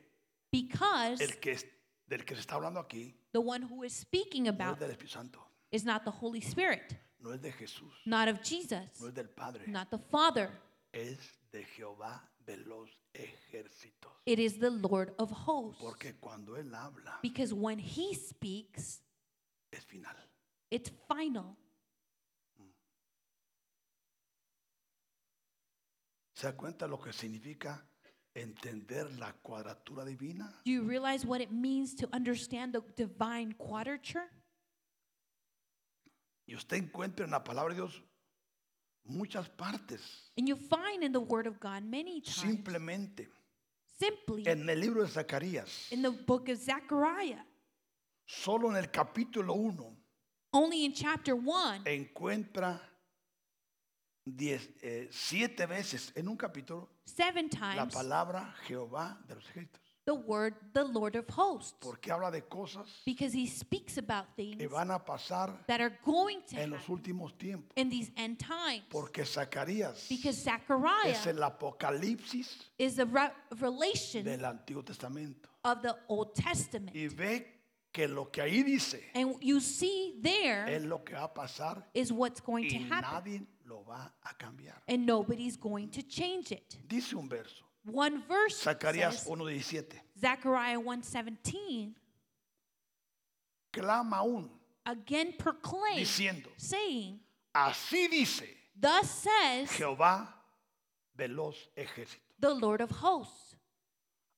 Because el que, es- del que se está hablando aquí the one who is speaking no es about del Espíritu Santo, is not the Holy Spirit, no es de Jesús, not of Jesus, no es del Padre, not the Father. es de Jehová de los ejércitos. It is the Lord of hosts. Porque cuando Él habla Because when he speaks, es final. it's final. ¿Se da cuenta lo que significa entender la cuadratura divina? Do you realize what it means to understand the divine quadrature? Y usted encuentra en la palabra de Dios muchas partes. And you find in the Word of God many times, Simplemente simply en el libro de Zacarías, in the book of Zechariah, solo en el capítulo 1, only in chapter 1, encuentra diez, eh, siete veces en un capítulo seven la times, palabra Jehová de los ejércitos. the word the Lord of hosts. Porque habla de cosas Because he speaks about things que van a pasar that are going to en los happen últimos tiempos. in these end times. Porque Zacarías Because Zechariah es el apocalipsis is the re- revelation del Antiguo Testamento. of the Old Testament. Y ve que lo que ahí dice And you see there es lo que va a pasar is what's going to y happen. nadie lo va a cambiar. And nobody's going to change it. Dice un verso, One verse Zacarías says, 1.17, Zechariah 1.17, clama aún again proclaim, diciendo, saying, así dice Thus says Jehová de los ejércitos. the Lord of hosts,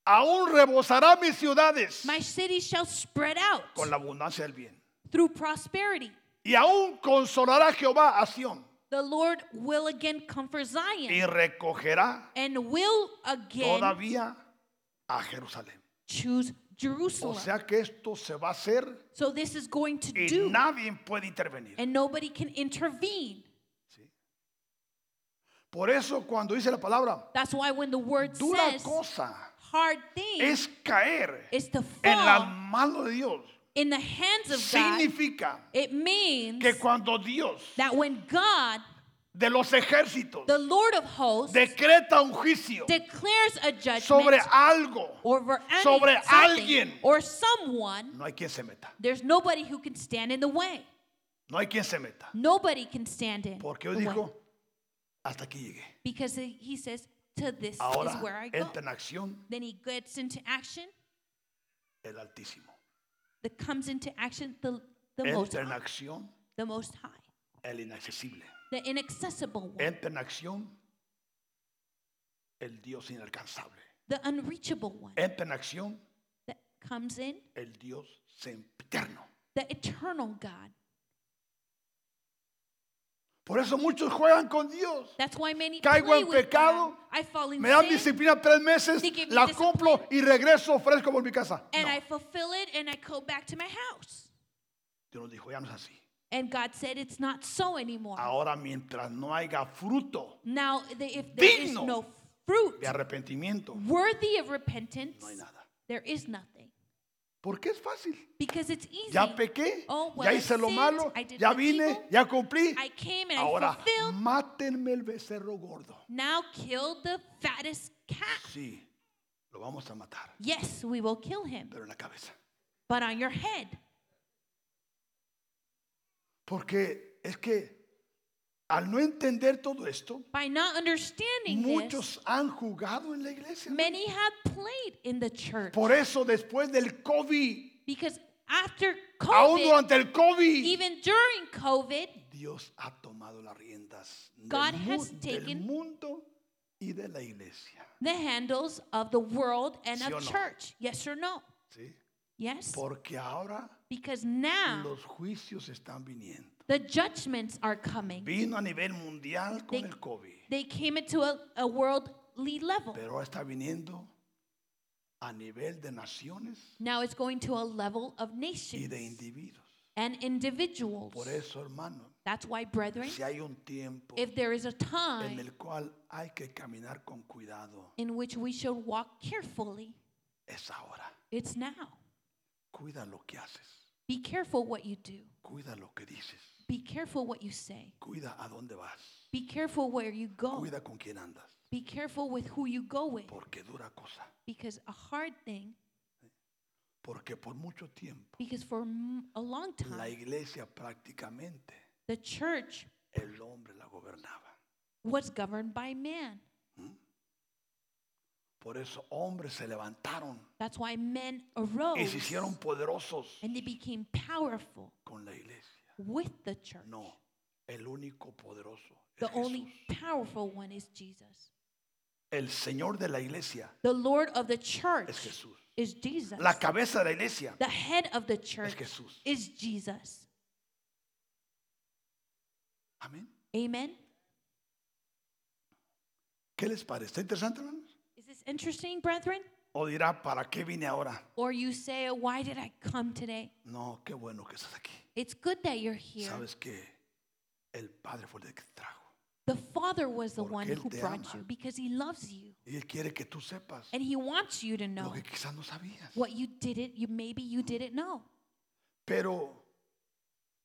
Aún rebosará mis ciudades my city shall spread out con la abundancia del bien. through prosperity. Y aún consolará Jehová a Sión The Lord will again comfort y Zion recogerá and will again todavía a Jerusalén. choose O Jerusalem. sea que esto se va a hacer So this is going to y do, nadie puede intervenir. and nobody can intervene. ¿sí? Por eso cuando dice la palabra, That's why when the word dura says cosa hard things es caer is to en las fall manos de Dios. in the hands of God, Significa it means que cuando Dios that when God, de los ejércitos the Lord of hosts, decreta un juicio declares a judgment sobre algo, over any- sobre something alguien. or someone, no hay quien se meta. there's nobody who can stand in the way. No hay quien se meta. Nobody can stand in Porque the hoy way. dijo, hasta aquí llegué. Because he he says, to this is where Ahora I go. entra en acción Then he gets into action, el Altísimo. that comes into action the, the most Entra en high, acción the most high, el inaccesible. the inaccessible one, Entra en acción el Dios inalcanzable. the unreachable one Entra en acción that comes in, el Dios eterno. the eternal God. Por eso muchos juegan con Dios. That's why many Caigo play en with pecado, God. I fall in Me dan sin, disciplina tres meses, They give me la cumplo y regreso fresco por mi casa. and No, I fulfill it, and I go back to my house. Dios nos dijo, ya no es así. And God said, "It's not so anymore. Ahora mientras no haya fruto Now, the, if there is Digno no fruit de arrepentimiento, worthy of repentance, no hay nada. there is nothing, Porque es fácil. because it's easy. Ya pequé, Oh, well, ya I hice lo sinned, malo, I did ya what vine, evil, ya cumplí. I came and I Ahora mm. fulfilled. mátenme el becerro gordo. Now kill the fattest calf. Sí, lo vamos a matar, Yes, we will kill him, pero en la cabeza. but on your head. Porque es que al no entender todo esto, By not understanding this, muchos han jugado en la iglesia. many have played in the church. Por eso después del COVID, Because after aún COVID, durante el COVID, even during COVID, Dios ha tomado las riendas del, God mu- has del taken- mundo y de la iglesia. the handles of the world and ¿Sí o of no? church. Yes or no? ¿sí? Yes. Porque ahora Because now los juicios están viniendo. the judgments are coming. Vino a nivel mundial con They- el COVID, They came into a, a worldly level. pero ahora está viniendo a nivel de naciones Now it's going to a level of y de nations individuos. and individuals. Por eso, hermano, That's why, brethren, si hay un tiempo if there is a en time el cual hay que caminar con cuidado, in which we should walk carefully, es ahora. it's now. Cuida lo que haces. Be careful what you do. Cuida lo que dices. Be careful what you say. Cuida a dónde vas. Be careful where you go. Cuida con quién andas. Be careful with who you go with. Porque dura cosa. Because a hard thing, Porque por mucho tiempo because for m- a long la time, iglesia prácticamente the church el hombre la gobernaba. was governed by man. Por eso hombres se levantaron That's why men y arose se hicieron poderosos Oh. and they became powerful con la iglesia. with the church. No, el único poderoso es The only Jesús. powerful one is Jesus. El Señor de la iglesia The Lord of the church es Jesús. is Jesus. La cabeza de la iglesia The head of the es church Jesús. is Jesus. Amén. Amen. ¿Qué les parece? ¿Está interesante, hermanos? Is this interesting, brethren? O dirá, ¿para qué vine ahora? Or you say, Why did I come today? No, qué bueno que estás aquí. It's good that you're here. Sabes que el Padre fue el que te trajo. The Father was the Porque one Él who te brought ama. you because He loves you Y Él quiere que tú sepas and He wants you to lo know que quizás no sabías. what you didn't, you maybe you didn't know. Pero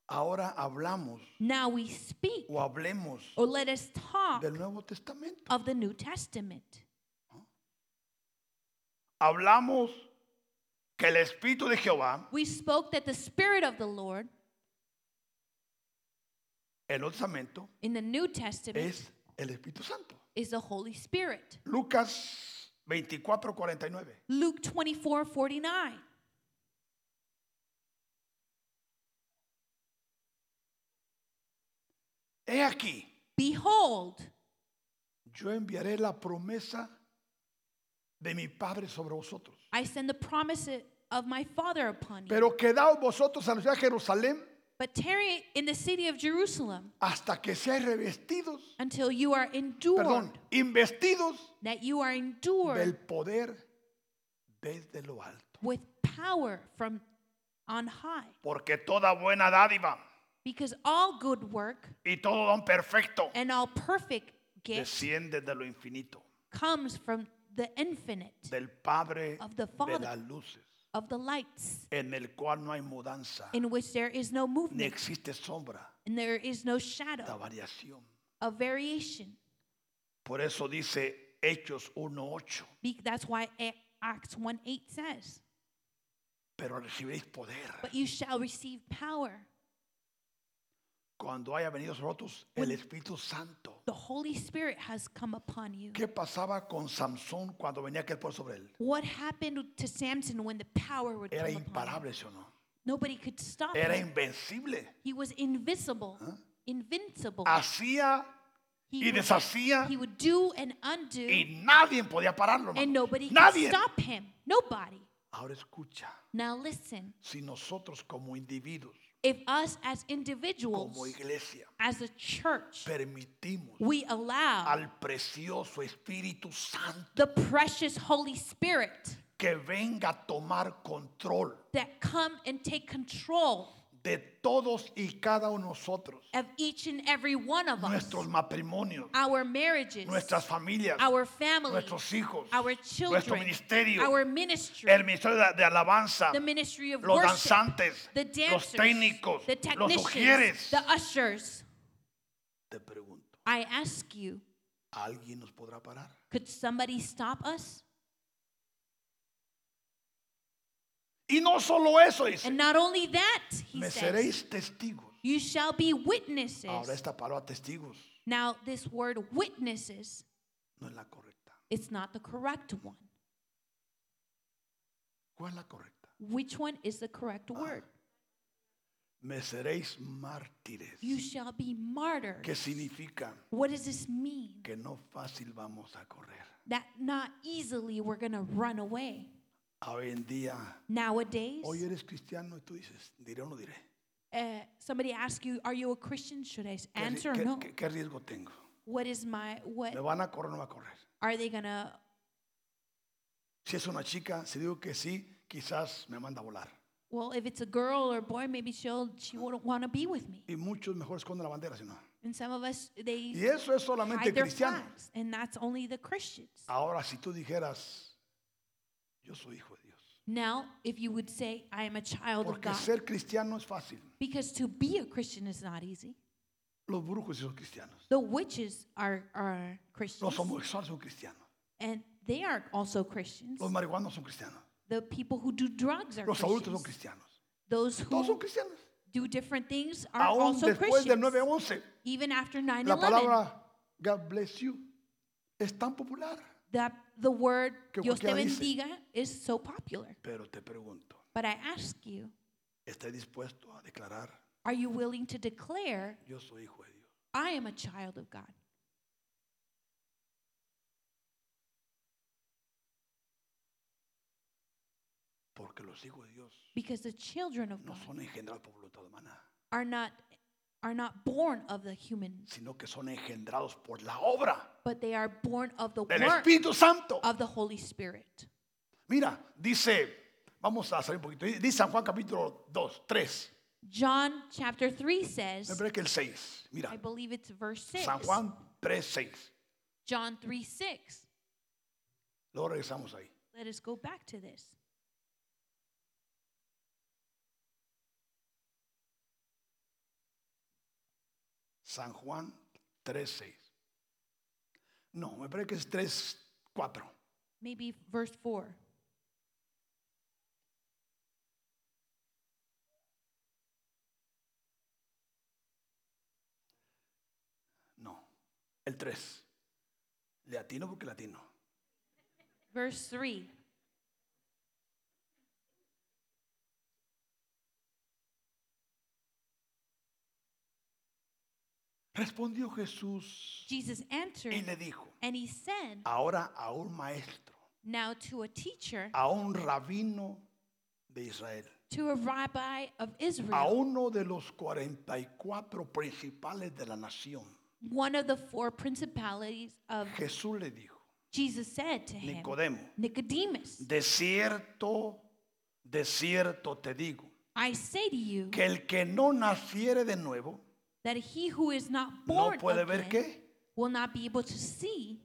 ahora hablamos Now we speak, o hablemos or let us talk del Nuevo Testamento. of the New Testament. Hablamos que el Espíritu de Jehová, We spoke that the Spirit of the Lord el Nuevo Testamento, in the New Testament es el Espíritu Santo. is the Holy Spirit. Lucas 24, 49. Luke 24 49. He aquí, Behold, yo enviaré la promesa de mi Padre sobre vosotros. I send the promise of my Father upon you. Pero quedaos vosotros a la ciudad de Jerusalén But tarry in the city of Jerusalem hasta que seáis revestidos, until you are endured, perdón, investidos that you are endured del poder desde lo alto. with power from on high. Porque toda buena dádiva Because all good work y todo don perfecto and all perfect gift desciende de lo infinito, comes from the infinite del Padre Of the de Father. las luces, of the lights, en el cual no hay mudanza, in which there is no ni movement existe sombra, and there is no la shadow variación. of variation. Por eso dice Hechos 1.8, Be- That's why A- Acts 1 8 says, Pues- pero recibiréis poder But you shall receive power cuando haya venido sobre nosotros el Espíritu Santo. The Holy Spirit has come upon you. ¿Qué pasaba con Samson cuando venía aquel poder sobre él? What happened to Samson when the power would Era come upon him? imparable, ¿sí o no? Nobody could stop Era him. invencible. He was invisible. Invincible. Hacía He y would, deshacía he would do and undo, y nadie podía pararlo. hermano. and nobody Nadie. could stop him. Nobody. Ahora escucha, Now listen. si nosotros como individuos, If us as como individuals, iglesia, as a church, permitimos we allow al precioso Espíritu Santo the precious Holy Spirit que venga a tomar control that come and take control de todos y cada uno de nosotros, of each and every one of us, nuestros matrimonios, our marriages, nuestras familias, our families, nuestros hijos, our nuestro children, ministerio, our ministry, el ministerio de, de alabanza, the ministry of los worship, danzantes, the los dancers, técnicos, the los technicians, sugieres. the ushers. Te pregunto, I ask you, ¿alguien nos podrá parar? could somebody stop us? Y no solo eso dice, And not only that, he me says, seréis testigos. you shall be witnesses. Ahora esta palabra testigos Now, this word witnesses, no es la correcta. it's not the correct one. ¿Cuál es la correcta? Which one is the correct word? Me seréis mártires. You shall be martyred. ¿Qué significa? What does this mean? Que no fácil vamos a correr. That not easily we're going to run away. Ah, Hoy en día, Nowadays, hoy eres cristiano y tú dices, diré o no diré. uh, somebody asks you, "Are you a Christian?" Should I s- ¿Qué, ri- answer or qué- no? Eh, qué- qué riesgo tengo? What is my ¿Me what? van a correr o no me van a correr? Are they gonna? Si es una chica, si digo que sí, quizás me manda a volar. Well, if it's a girl or boy, maybe she'll she wouldn't want to be with me. Y muchos mejor esconden la bandera, si no. And some of us they Y eso es solamente hide their cristiano. flags, and that's only the Christians. Ahora, si tú dijeras, yo soy hijo de Dios. Now, if you would say, "I am a child of Porque God," ser cristiano es fácil. because to be a Christian is not easy. Los brujos sí son cristianos. The witches are are Christians, Los homosexuales son cristianos. and they are also Christians. Los marihuanos son cristianos. The people who do drugs are Los adultos son Christians. cristianos. Those Todos son who cristianos. do different things are Aún also después del Christians. 9-11, Even after la 9/11, palabra God bless you es tan popular. that the word que Dios te cualquiera dice. bendiga is so popular. Pero te pregunto, But I ask you, ¿estás dispuesto a declarar, are you willing to declare, yo soy hijo de Dios? "I am a child of God"? Porque los hijos de Dios Because the children of no God son engendrados por voluntad humana, are not are not born of the human, sino que son engendrados por la obra but they are born of the del work Espíritu Santo. of the Holy Spirit. Mira, dice, vamos a salir un poquito, dice San Juan capítulo 2, 3, John chapter 3 me says, parece que el 6, mira, I believe it's verse 6. San Juan 3, 6. John 3 6. Luego regresamos ahí. Let us go back to this. San Juan 3.6. No, me parece que es 3.4. Maybe verse 4. No, el 3. Le atino porque latino. Verse 3. Respondió Jesús Jesus y answered le dijo, and he said, ahora a un maestro, Now to a teacher, a un rabino de Israel, to a rabbi of a Israel, uno de los 44 principales de la nación. one of the four principalities of Jesús le dijo, Jesus said to him, Nicodemo, Nicodemus, de cierto, de cierto te digo, I say to you que el que no naciere de nuevo, that he who is not no born puede ver again qué? will not be able to see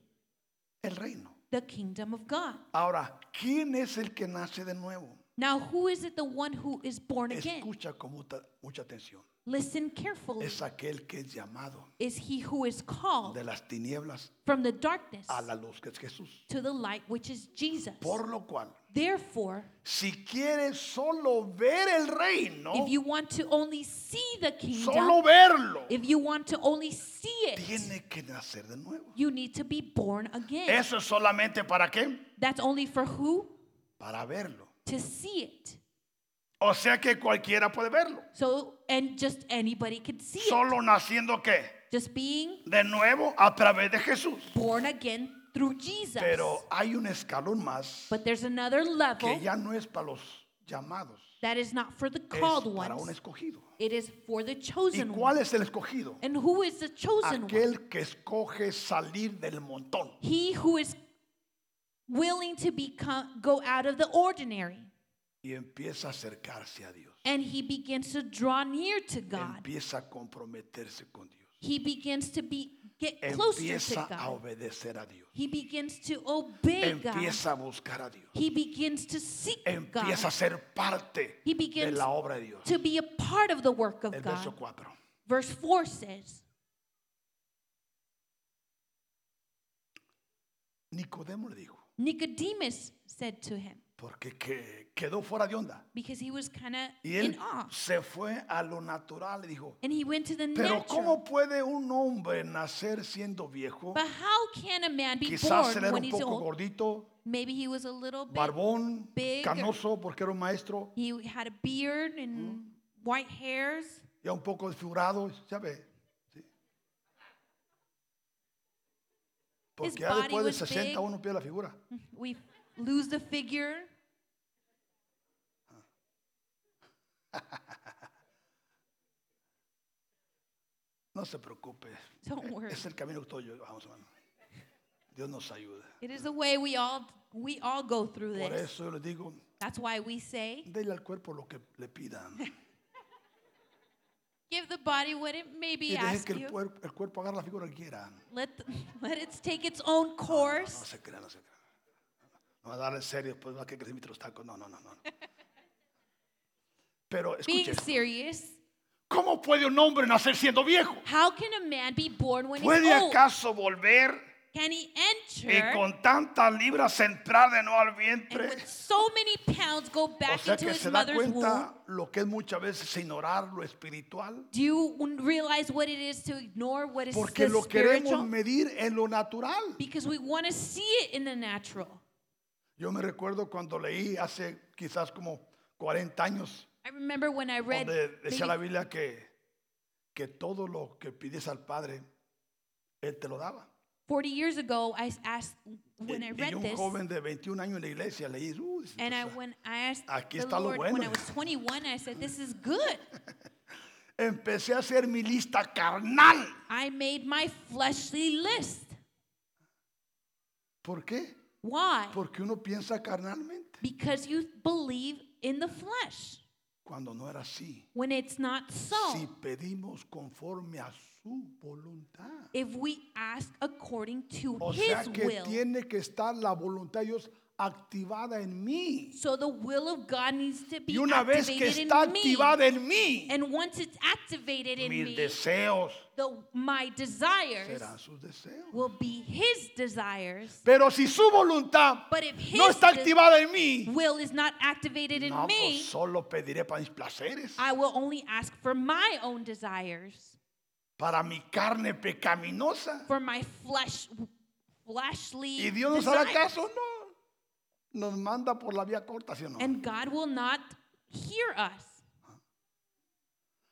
El reino. the kingdom of God. Ahora, ¿quién es el que nace de nuevo? Now, who is it the one who is born again? Escucha con mucha, mucha atención. Listen carefully. Es aquel que es llamado Is he who is called de las tinieblas from the darkness a la luz, que es Jesús. to the light, which is Jesus. Por lo cual, Therefore, si quieres solo ver el reino, if you want to only see the solo kingdom, verlo, if you want to only see it, tiene que nacer de nuevo. you need to be born again. Eso es solamente para qué? That's only for who? Para verlo. To see it. O sea que cualquiera puede verlo. So, and just anybody can see it. Solo naciendo qué? Just being De nuevo a través de Jesús. born again through Jesus. Pero hay un escalón más But there's another level que ya no es para los llamados, that is not for the es called para un ones. escogido. It is for the ¿Y chosen cuál one. es el escogido? And who is the chosen one? Aquel que escoge salir del montón. He who is willing to become go out of the ordinary y empieza a acercarse a Dios. and he begins to draw near to God. Empieza a comprometerse con Dios. He begins to be get closer to Empieza a God. obedecer a Dios. He begins to obey God. Empieza a buscar a Dios. He begins to seek God. Empieza a ser parte de He begins la obra de Dios. to be a part of the work of El God. verso 4. Verse 4 says, Nicodemo le dijo, Nicodemus said to him, porque que- quedó fuera de onda. because he was kind of Y in él awe. se fue a lo natural y dijo, And he went to the pero natural. ¿cómo puede un hombre nacer siendo viejo? But how can a man be Quizás él born era when un he's poco old? gordito, Maybe he was a little bit, barbón, big or- canoso, porque era un maestro, he had a beard and Mm. white hairs. ya un poco desfigurado, ¿sabe? Sí. Porque His ya después body de was 60 big. uno pierde la figura. We lose the figure. <laughs> No se preocupe. Don't Eh, worry. Es el camino que estoy yo. Vamos, hermano. Dios nos ayuda. It is a way we all we all go through Por this. eso yo les digo, That's why we say, déle al cuerpo lo que le pidan. give the body what it maybe Y deje asks que el, you. puer- el cuerpo agarre la figura que quiera. Let the, <laughs> let it take its own No course. se crea, no se crea. No va a dar en serio, después va a que crecer los tacos. No, no, no, no. Pero ah, escuche, Being serious, ¿cómo puede un hombre nacer siendo viejo? how can a man be born when he's ¿Puede old? acaso volver Can he y enter con tantas libras entrar de nuevo al and vientre? with so many pounds go O back sea into que his se da mother's womb? cuenta lo que es muchas veces ignorar lo espiritual. Do you un- realize what it is to ignore what is Porque the lo queremos spiritual? medir en lo natural. Because we want to see it in the natural. Yo me recuerdo cuando leí hace quizás como 40 años, I remember when I read donde decía la maybe Biblia que, que todo lo que pides al Padre, Él te lo daba. 40 years ago, I s- asked when y, I y read un this, joven de 21 años en la iglesia leí, "Uy, pues, and I o sea, when I asked aquí the está lo Lord when bueno. I was 21, I said, "This is good." empecé a hacer mi lista carnal. I made my fleshly list. ¿Por qué? Why? Porque uno piensa carnalmente. Because you believe in the flesh Cuando no era así. when it's not Si so. pedimos conforme a su voluntad. If we ask according to O sea His que will, tiene que estar la voluntad de Dios activada en mí. so the will of God needs to be Y una vez que activated está in me. activada en mí, And once it's activated in mis me, deseos the, my desires serán sus deseos. will be His desires. Pero si su voluntad But if His no está de- activada en mí, will is not activated in no, me, pues solo pediré para mis placeres, I will only ask for my own desires, para mi carne pecaminosa. for my flesh, fleshly Y Dios nos hará desires. caso, no. Nos manda por la vía corta, ¿sí o no? And God will not hear us.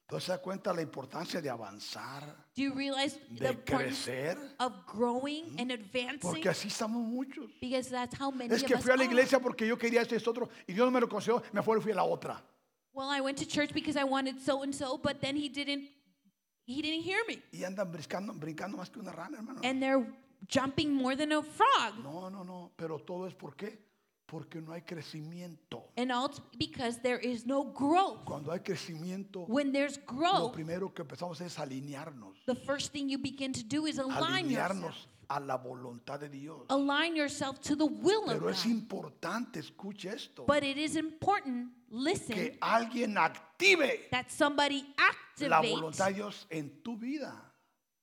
Entonces se da cuenta la importancia de avanzar, Do you realize the de importance crecer, of growing and advancing? Mm-hmm. porque así estamos muchos. Because that's how many Es of que us fui a la are. iglesia porque yo quería esto y esto otro y Dios no me lo concedió, me fue y fui a la otra. Well, I went to church because I wanted so and so, but then he didn't. He didn't hear me. Y andan brincando, brincando más que una rana, hermano. and they're jumping more than a frog. Ah. No, no, no, pero todo es por qué? Porque no hay crecimiento. And all t- because there is no growth. Cuando hay crecimiento, When there's lo growth, primero que empezamos es alinearnos, the first thing you begin to do is align yourself. alinearnos a la voluntad de Dios. Align yourself to the will of Pero es God. importante, escuche esto, But it is important, listen, que alguien active that somebody la voluntad de activates Dios en tu vida.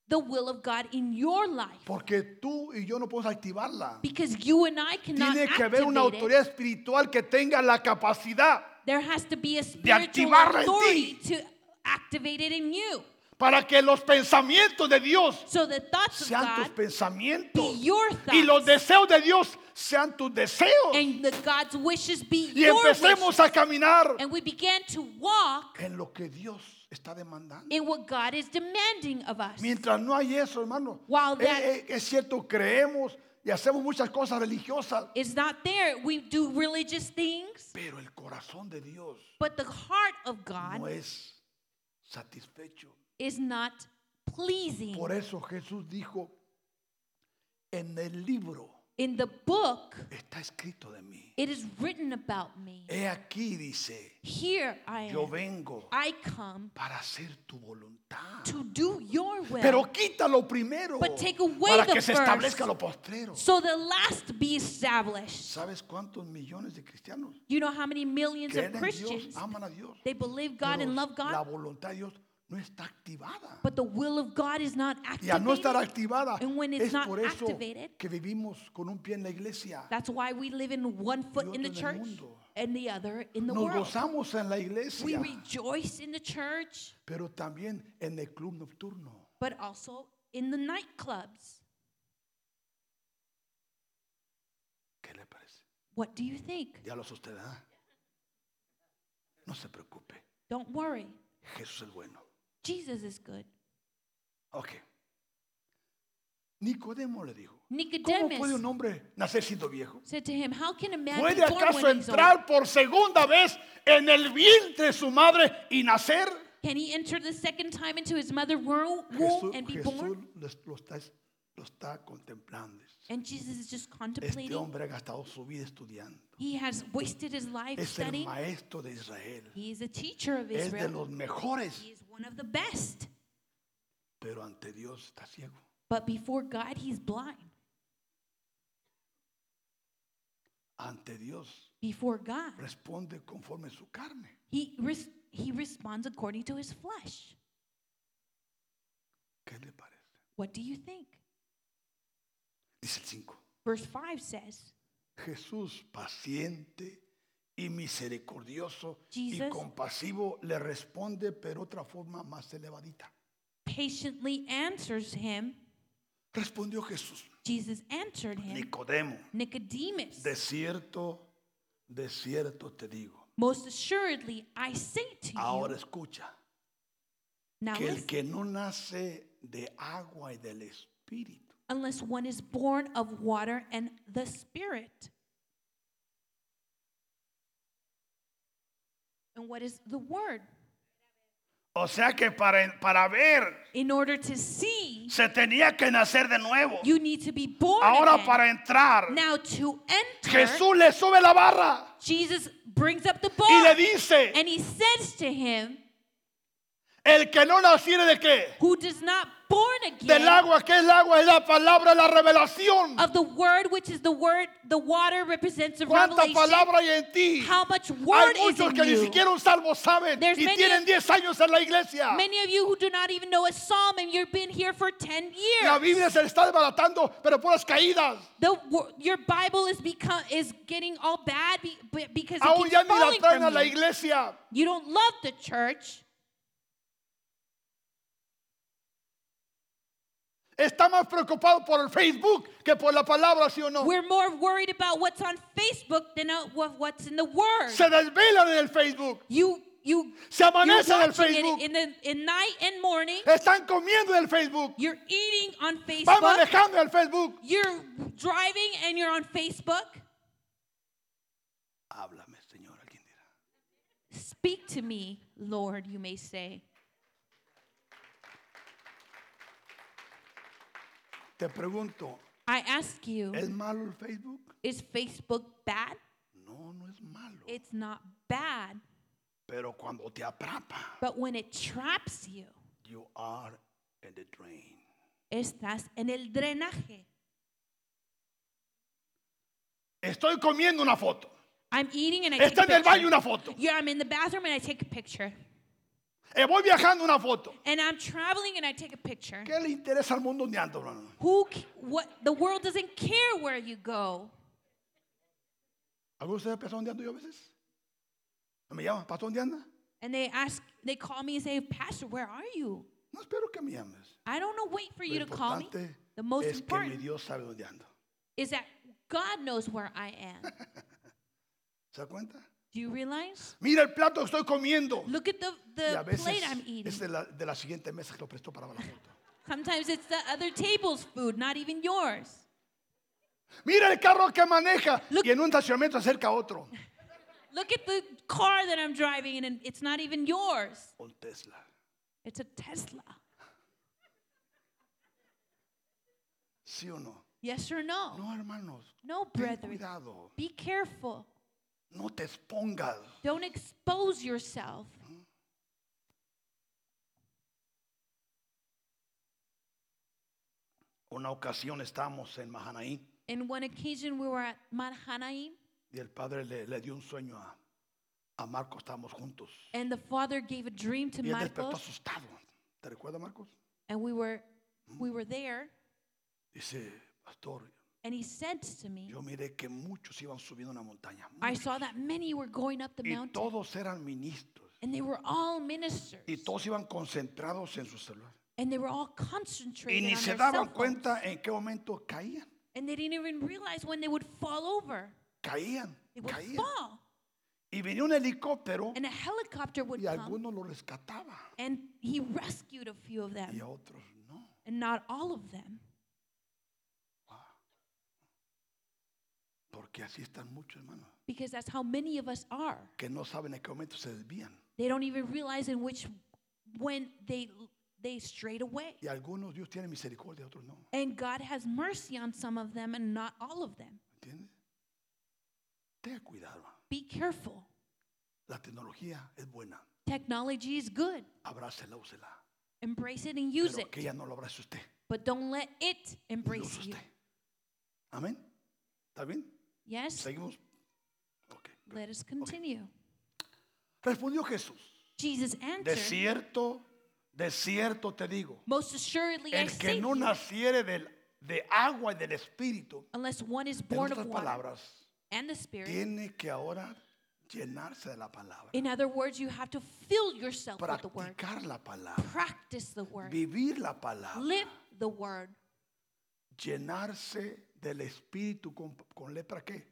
the will of God in your life. Porque tú y yo no podemos activarla. Because you and I cannot Tiene que haber una activate it. autoridad espiritual que tenga la capacidad There has to be a spiritual activarla en authority ti. to activate it in you. para que los pensamientos de Dios So the thoughts of sean tus God pensamientos be your y los thoughts. deseos de Dios sean tus deseos. and the God's wishes be Y your empecemos wishes. a caminar And we began to walk en lo que Dios está demandando. in what God is demanding of us. Mientras no hay eso, hermano, While eh, that- eh, es cierto, creemos y hacemos muchas cosas religiosas, It's not there. We do religious things, pero el corazón de Dios but the heart of God no es satisfecho. is not pleasing. Por eso Jesús dijo, en el libro In the book, está escrito de mí. it is written about me. He aquí dice, Here I Eh, yo am. vengo I come para hacer tu voluntad. to do your will. Pero quítalo primero But take away para the que se first. establezca lo postrero. So the last be established. ¿Sabes cuántos millones de cristianos You know how many millions of creen en Dios, Christians aman a Dios? they believe God pero and love La God, voluntad de Dios no está activada. but the will of God is not Y al no estar activated. activada, And when it's es not por eso activated, que vivimos con un pie en la iglesia. That's why we live in one otro foot in the en el church mundo. and the other in the Nos world. gozamos en la We iglesia, rejoice in the church, pero también en el club nocturno. but also in the nightclubs. ¿Qué le parece? What do you think? Ya lo sé usted, ¿ah? No se preocupe, Don't worry. Jesús es bueno. Jesus is good. Ok. Nicodemo le dijo, ¿cómo puede Nicodemus un hombre nacer siendo viejo? said to him, How can a man be ¿Puede born acaso when he's old? entrar por segunda vez en el vientre de su madre y nacer? Can he enter the second time into his mother's womb Jesús, womb and be Jesús born? les- lo, está, lo está contemplando. And Jesus is just Este contemplating. hombre ha gastado su vida estudiando. He has wasted his life Es el studying. maestro de Israel. He is a teacher of Es de Israel. los mejores, He is one of the best. pero ante Dios está ciego. But before God, he's blind. Ante Dios Before God, responde conforme su carne. he, res- he responds according to his flesh. ¿Qué le parece? What do you think? Dice el 5. Verse 5 says, Jesús, paciente y misericordioso y Jesus. compasivo, le responde, pero otra forma más elevadita. patiently answers him. Respondió Jesús, Jesus answered him, Nicodemo, Nicodemus, de cierto, de cierto te digo. most assuredly, I say to you, Ahora escucha, now que el listen, que no nace de agua y del espíritu unless one is born of water and the Spirit. And what is the word? O sea que para, para ver In order to see, se tenía que nacer de nuevo. you need to be born Ahora again. para entrar, Now to enter, Jesús le sube la barra Jesus brings up the y le bar dice, and he says to him, el que no naciere de qué? who does not born Del again agua, que es el agua, es la palabra, de la revelación. of the word, which is the word, the water represents the ¿Cuánta revelation. palabra hay en ti? How much word Hay is muchos in que ni you. siquiera un salmo saben There's y many tienen of- 10 años en la iglesia. Many of you who do not even know a psalm and you've been here for 10 La years. Biblia se le está desbaratando, pero por las caídas. The, wo- your Bible is become is getting all bad be- be- because it Aún ya keeps ni la falling traen a from la you. iglesia. You don't love the church. Está más preocupado por el Facebook que por la palabra, ¿sí o no? We're more worried about what's on Facebook than uh, what- what's in the Word. Se desvelan en el Facebook. You you Se amanecen you're en el watching it Facebook. in the in night and morning. Están comiendo en el Facebook. You're eating on Van Facebook. manejando en el Facebook. You're driving and you're on Facebook. Háblame, Señor, alguien dirá. Speak to me, Lord, you may say. Te pregunto, I ask you, ¿es malo el Facebook? is Facebook bad? No, no es malo. It's not bad, Pero cuando te atrapa, but when it traps you, you are in the drain. estás en el drenaje. Estoy comiendo una foto. I'm eating and I take Está a en el baño picture. una foto. Yeah, I'm in the bathroom and I take a picture. Eh, voy viajando una foto. And I'm traveling and I take a picture. ¿Qué le interesa al mundo donde ando, hermano? Who c- what the world doesn't care where you go. ¿Alguno de ustedes pensó dónde ando yo a veces? ¿Me llaman? ¿Pastor dónde anda? And they ask they call me and say, "Pastor, where are you?" No espero que me llames. I don't know wait for Lo you to call me. importante The most es que mi important Dios sabe dónde ando. is that God knows where I am. ¿Se da cuenta? Do you realize? Mira el plato que estoy comiendo. Look at the, Y a the veces plate I'm eating. es de la, de la siguiente mesa que lo prestó para la foto. Sometimes it's the other table's food, not even yours. Mira el carro que maneja Look- y en un estacionamiento acerca a otro. Look at the car that I'm driving and it's not even yours. Un Tesla. It's a Tesla. ¿Sí o no? Yes or no? No, hermanos. No, Ten brethren. cuidado. Be careful. No te expongas. Don't expose yourself. Mm-hmm. Una ocasión estábamos en Mahanaí In one occasion, we were at Mount Hanaim, y el padre le, le dio un sueño a, a Marco. Estábamos juntos. and the father gave a dream to Y él despertó Marcos, asustado. ¿Te recuerdas, Marcos? and we were Mm-hmm. we were there, Dice, pastor, and he said to me, yo miré que muchos iban subiendo una montaña. "I muchos, saw that many were going up the y mountain, todos eran ministros. and they were all ministers, Y todos iban concentrados en su celular. and they were all Y concentrated ni on se their daban cell phones, cuenta en qué momento caían. and they didn't even realize when they would fall over. Caían, They would caían. fall, Y venía un helicóptero and a helicopter would y come, algunos lo rescataba and he rescued a few of y them, a otros no. and not all of them, Porque así están muchos hermanos because that's how many of us are. que no saben en qué momento se desvían. They don't even realize in which when they they strayed away. Y algunos Dios tiene misericordia, otros no. And God has mercy on some of them and not all of them. ¿Entiendes? Tenga cuidado. hermano. Be careful. La tecnología es buena. Technology is good. Abrácela, úsela. Embrace it and use Pero it, que ella no lo abrace usted. but don't let it Lo embrace use you. usted. Amén. ¿Está bien? Yes? Seguimos. Ok. Let us continue. Respondió Jesús. Jesus answered, De cierto, de cierto te digo, Most assuredly I el say que no to you, naciere del, de agua y del espíritu, unless one is en born otras of water palabras, and the Spirit. tiene que ahora llenarse de la palabra, In other words, you have to fill yourself with the word. practicar la palabra, Practice the word. vivir la palabra, Live the word. llenarse del espíritu con, con letra qué?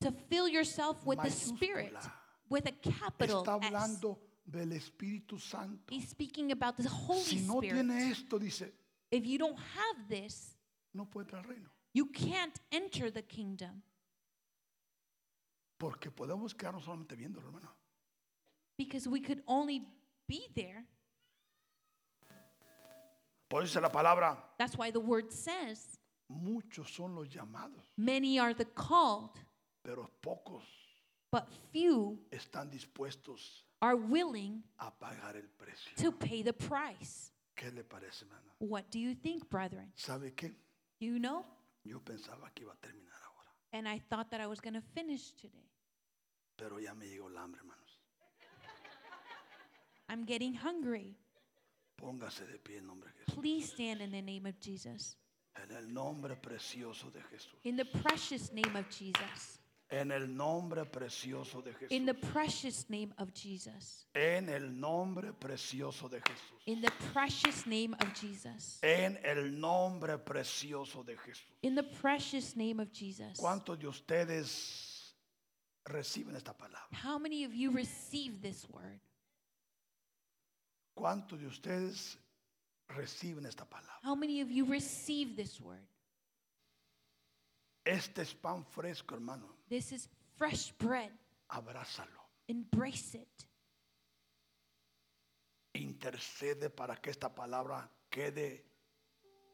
to fill yourself with the Spirit, Mayúscula. with a capital Está S. hablando del Espíritu Santo. He's speaking about the Holy Si no Spirit. tiene esto, dice, If you don't have this, no puede entrar al reino. you can't enter the kingdom Porque podemos quedarnos solamente viéndolo, hermano. because we could only be there. Por eso dice la palabra, That's why the word says, muchos son los llamados. many are the called, pero pocos but few están dispuestos are willing a pagar el precio. to pay the price. ¿Qué le parece, hermano? What do you think, brethren? ¿Sabe qué? Do you know? Yo pensaba que iba a terminar ahora, And I thought that I was going to finish today. pero ya me llegó el hambre, hermanos. I'm getting hungry. Póngase de pie en nombre de Jesús. Please stand in the name of Jesus. En el nombre precioso de Jesús. In the precious name of Jesus. En el nombre precioso de In the Jesús. precious name of Jesus. En el nombre precioso de Jesús. In the precious name of Jesus. En el nombre precioso de Jesús. In the precious name of Jesus. ¿Cuántos de ustedes reciben esta palabra? How many of you receive this word? ¿Cuántos de ustedes reciben esta palabra? How many of you receive this word? Este es pan fresco, hermano. This is fresh bread. Abrázalo. Embrace it. Intercede para que esta palabra quede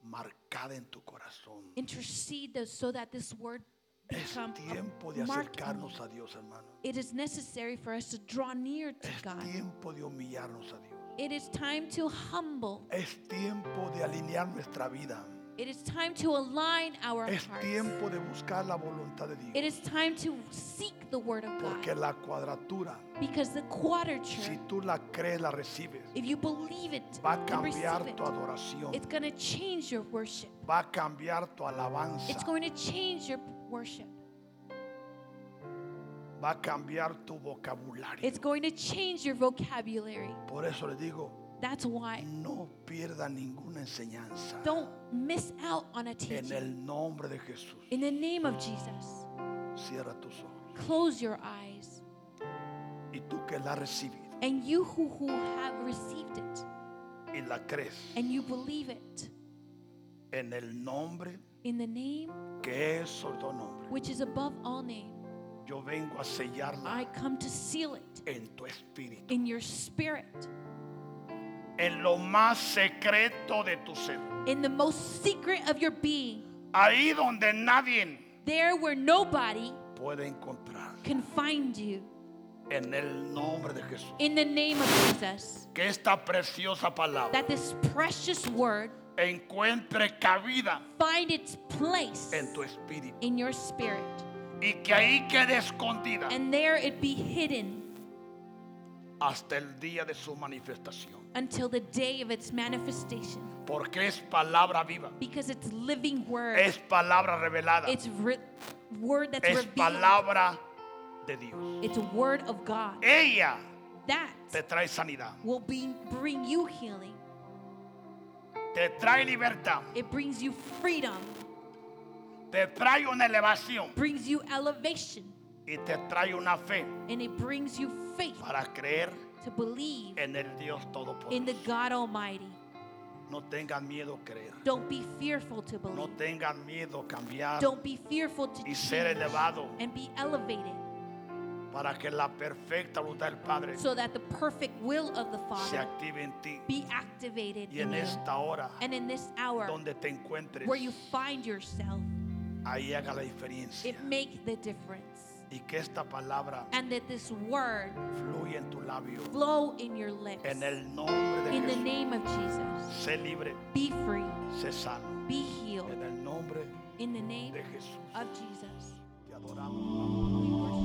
marcada en tu corazón. Intercede us so that this word Es become tiempo de a mark. in you. acercarnos a Dios, hermano. It is necessary for us to draw near to Es God. tiempo de humillarnos a Dios. It is time to humble. Es tiempo de alinear nuestra vida. It is time to align our Es hearts. tiempo de buscar la voluntad de It Dios. is time to seek the Word of Porque God. la cuadratura, Because the quadrature, si tú la crees, la recibes, if you believe it va a and receive cambiar it, tu adoración, it's going to change your worship. va a cambiar tu It's alabanza, going to change your worship. va a cambiar tu vocabulario. It's going to change your vocabulary. Por eso le digo, That's why no pierda ninguna enseñanza don't miss out on a en teaching. el nombre de Jesús. In the name of Jesus, Cierra tus ojos. close your eyes. Y tú que la has recibido And you who, who have received it y la crees and you believe it en el nombre in the name que es sobre todo nombre, which is above all name, yo vengo a I sellarla come to seal it en tu espíritu. in your spirit, en lo más secreto de tu ser. in the most secret of your being, Ahí donde nadie there where nobody puede encontrar. can find you. En el nombre de Jesús. In the name of Jesus, Que esta preciosa palabra that this precious word encuentre cabida find its place en tu espíritu. in your spirit, Y que ahí quede escondida and there it be hidden hasta el día de su manifestación. until the day of its manifestation, Porque es palabra viva. because it's living word. Es palabra revelada. It's re- word that's Es revealed. palabra de Dios. It's a word of God. Ella That te trae sanidad. will be, bring you healing. Te trae libertad. It brings you freedom. Te trae una elevación. Brings you elevation. Y te trae una fe. And it brings you faith para creer to believe en el Dios in the Todopoderoso. God Almighty. No tengan miedo a creer. Don't be fearful to believe. No tengan miedo a cambiar Don't be fearful to y ser change elevado and be elevated para que la perfecta voluntad del Padre so that the perfect will of the se Father active en ti. be activated Y en in you. esta hora And in this hour donde te encuentres, where you find yourself, ahí haga la diferencia. it make the difference. Y que esta palabra and that this word fluya en tu labio. flow in your lips. En el nombre de in the Jesús. name of Jesus, Sé libre, be free, sé sano. be healed. En el nombre In the name de Jesús. of Jesus, Te adoramos. papá. we worship.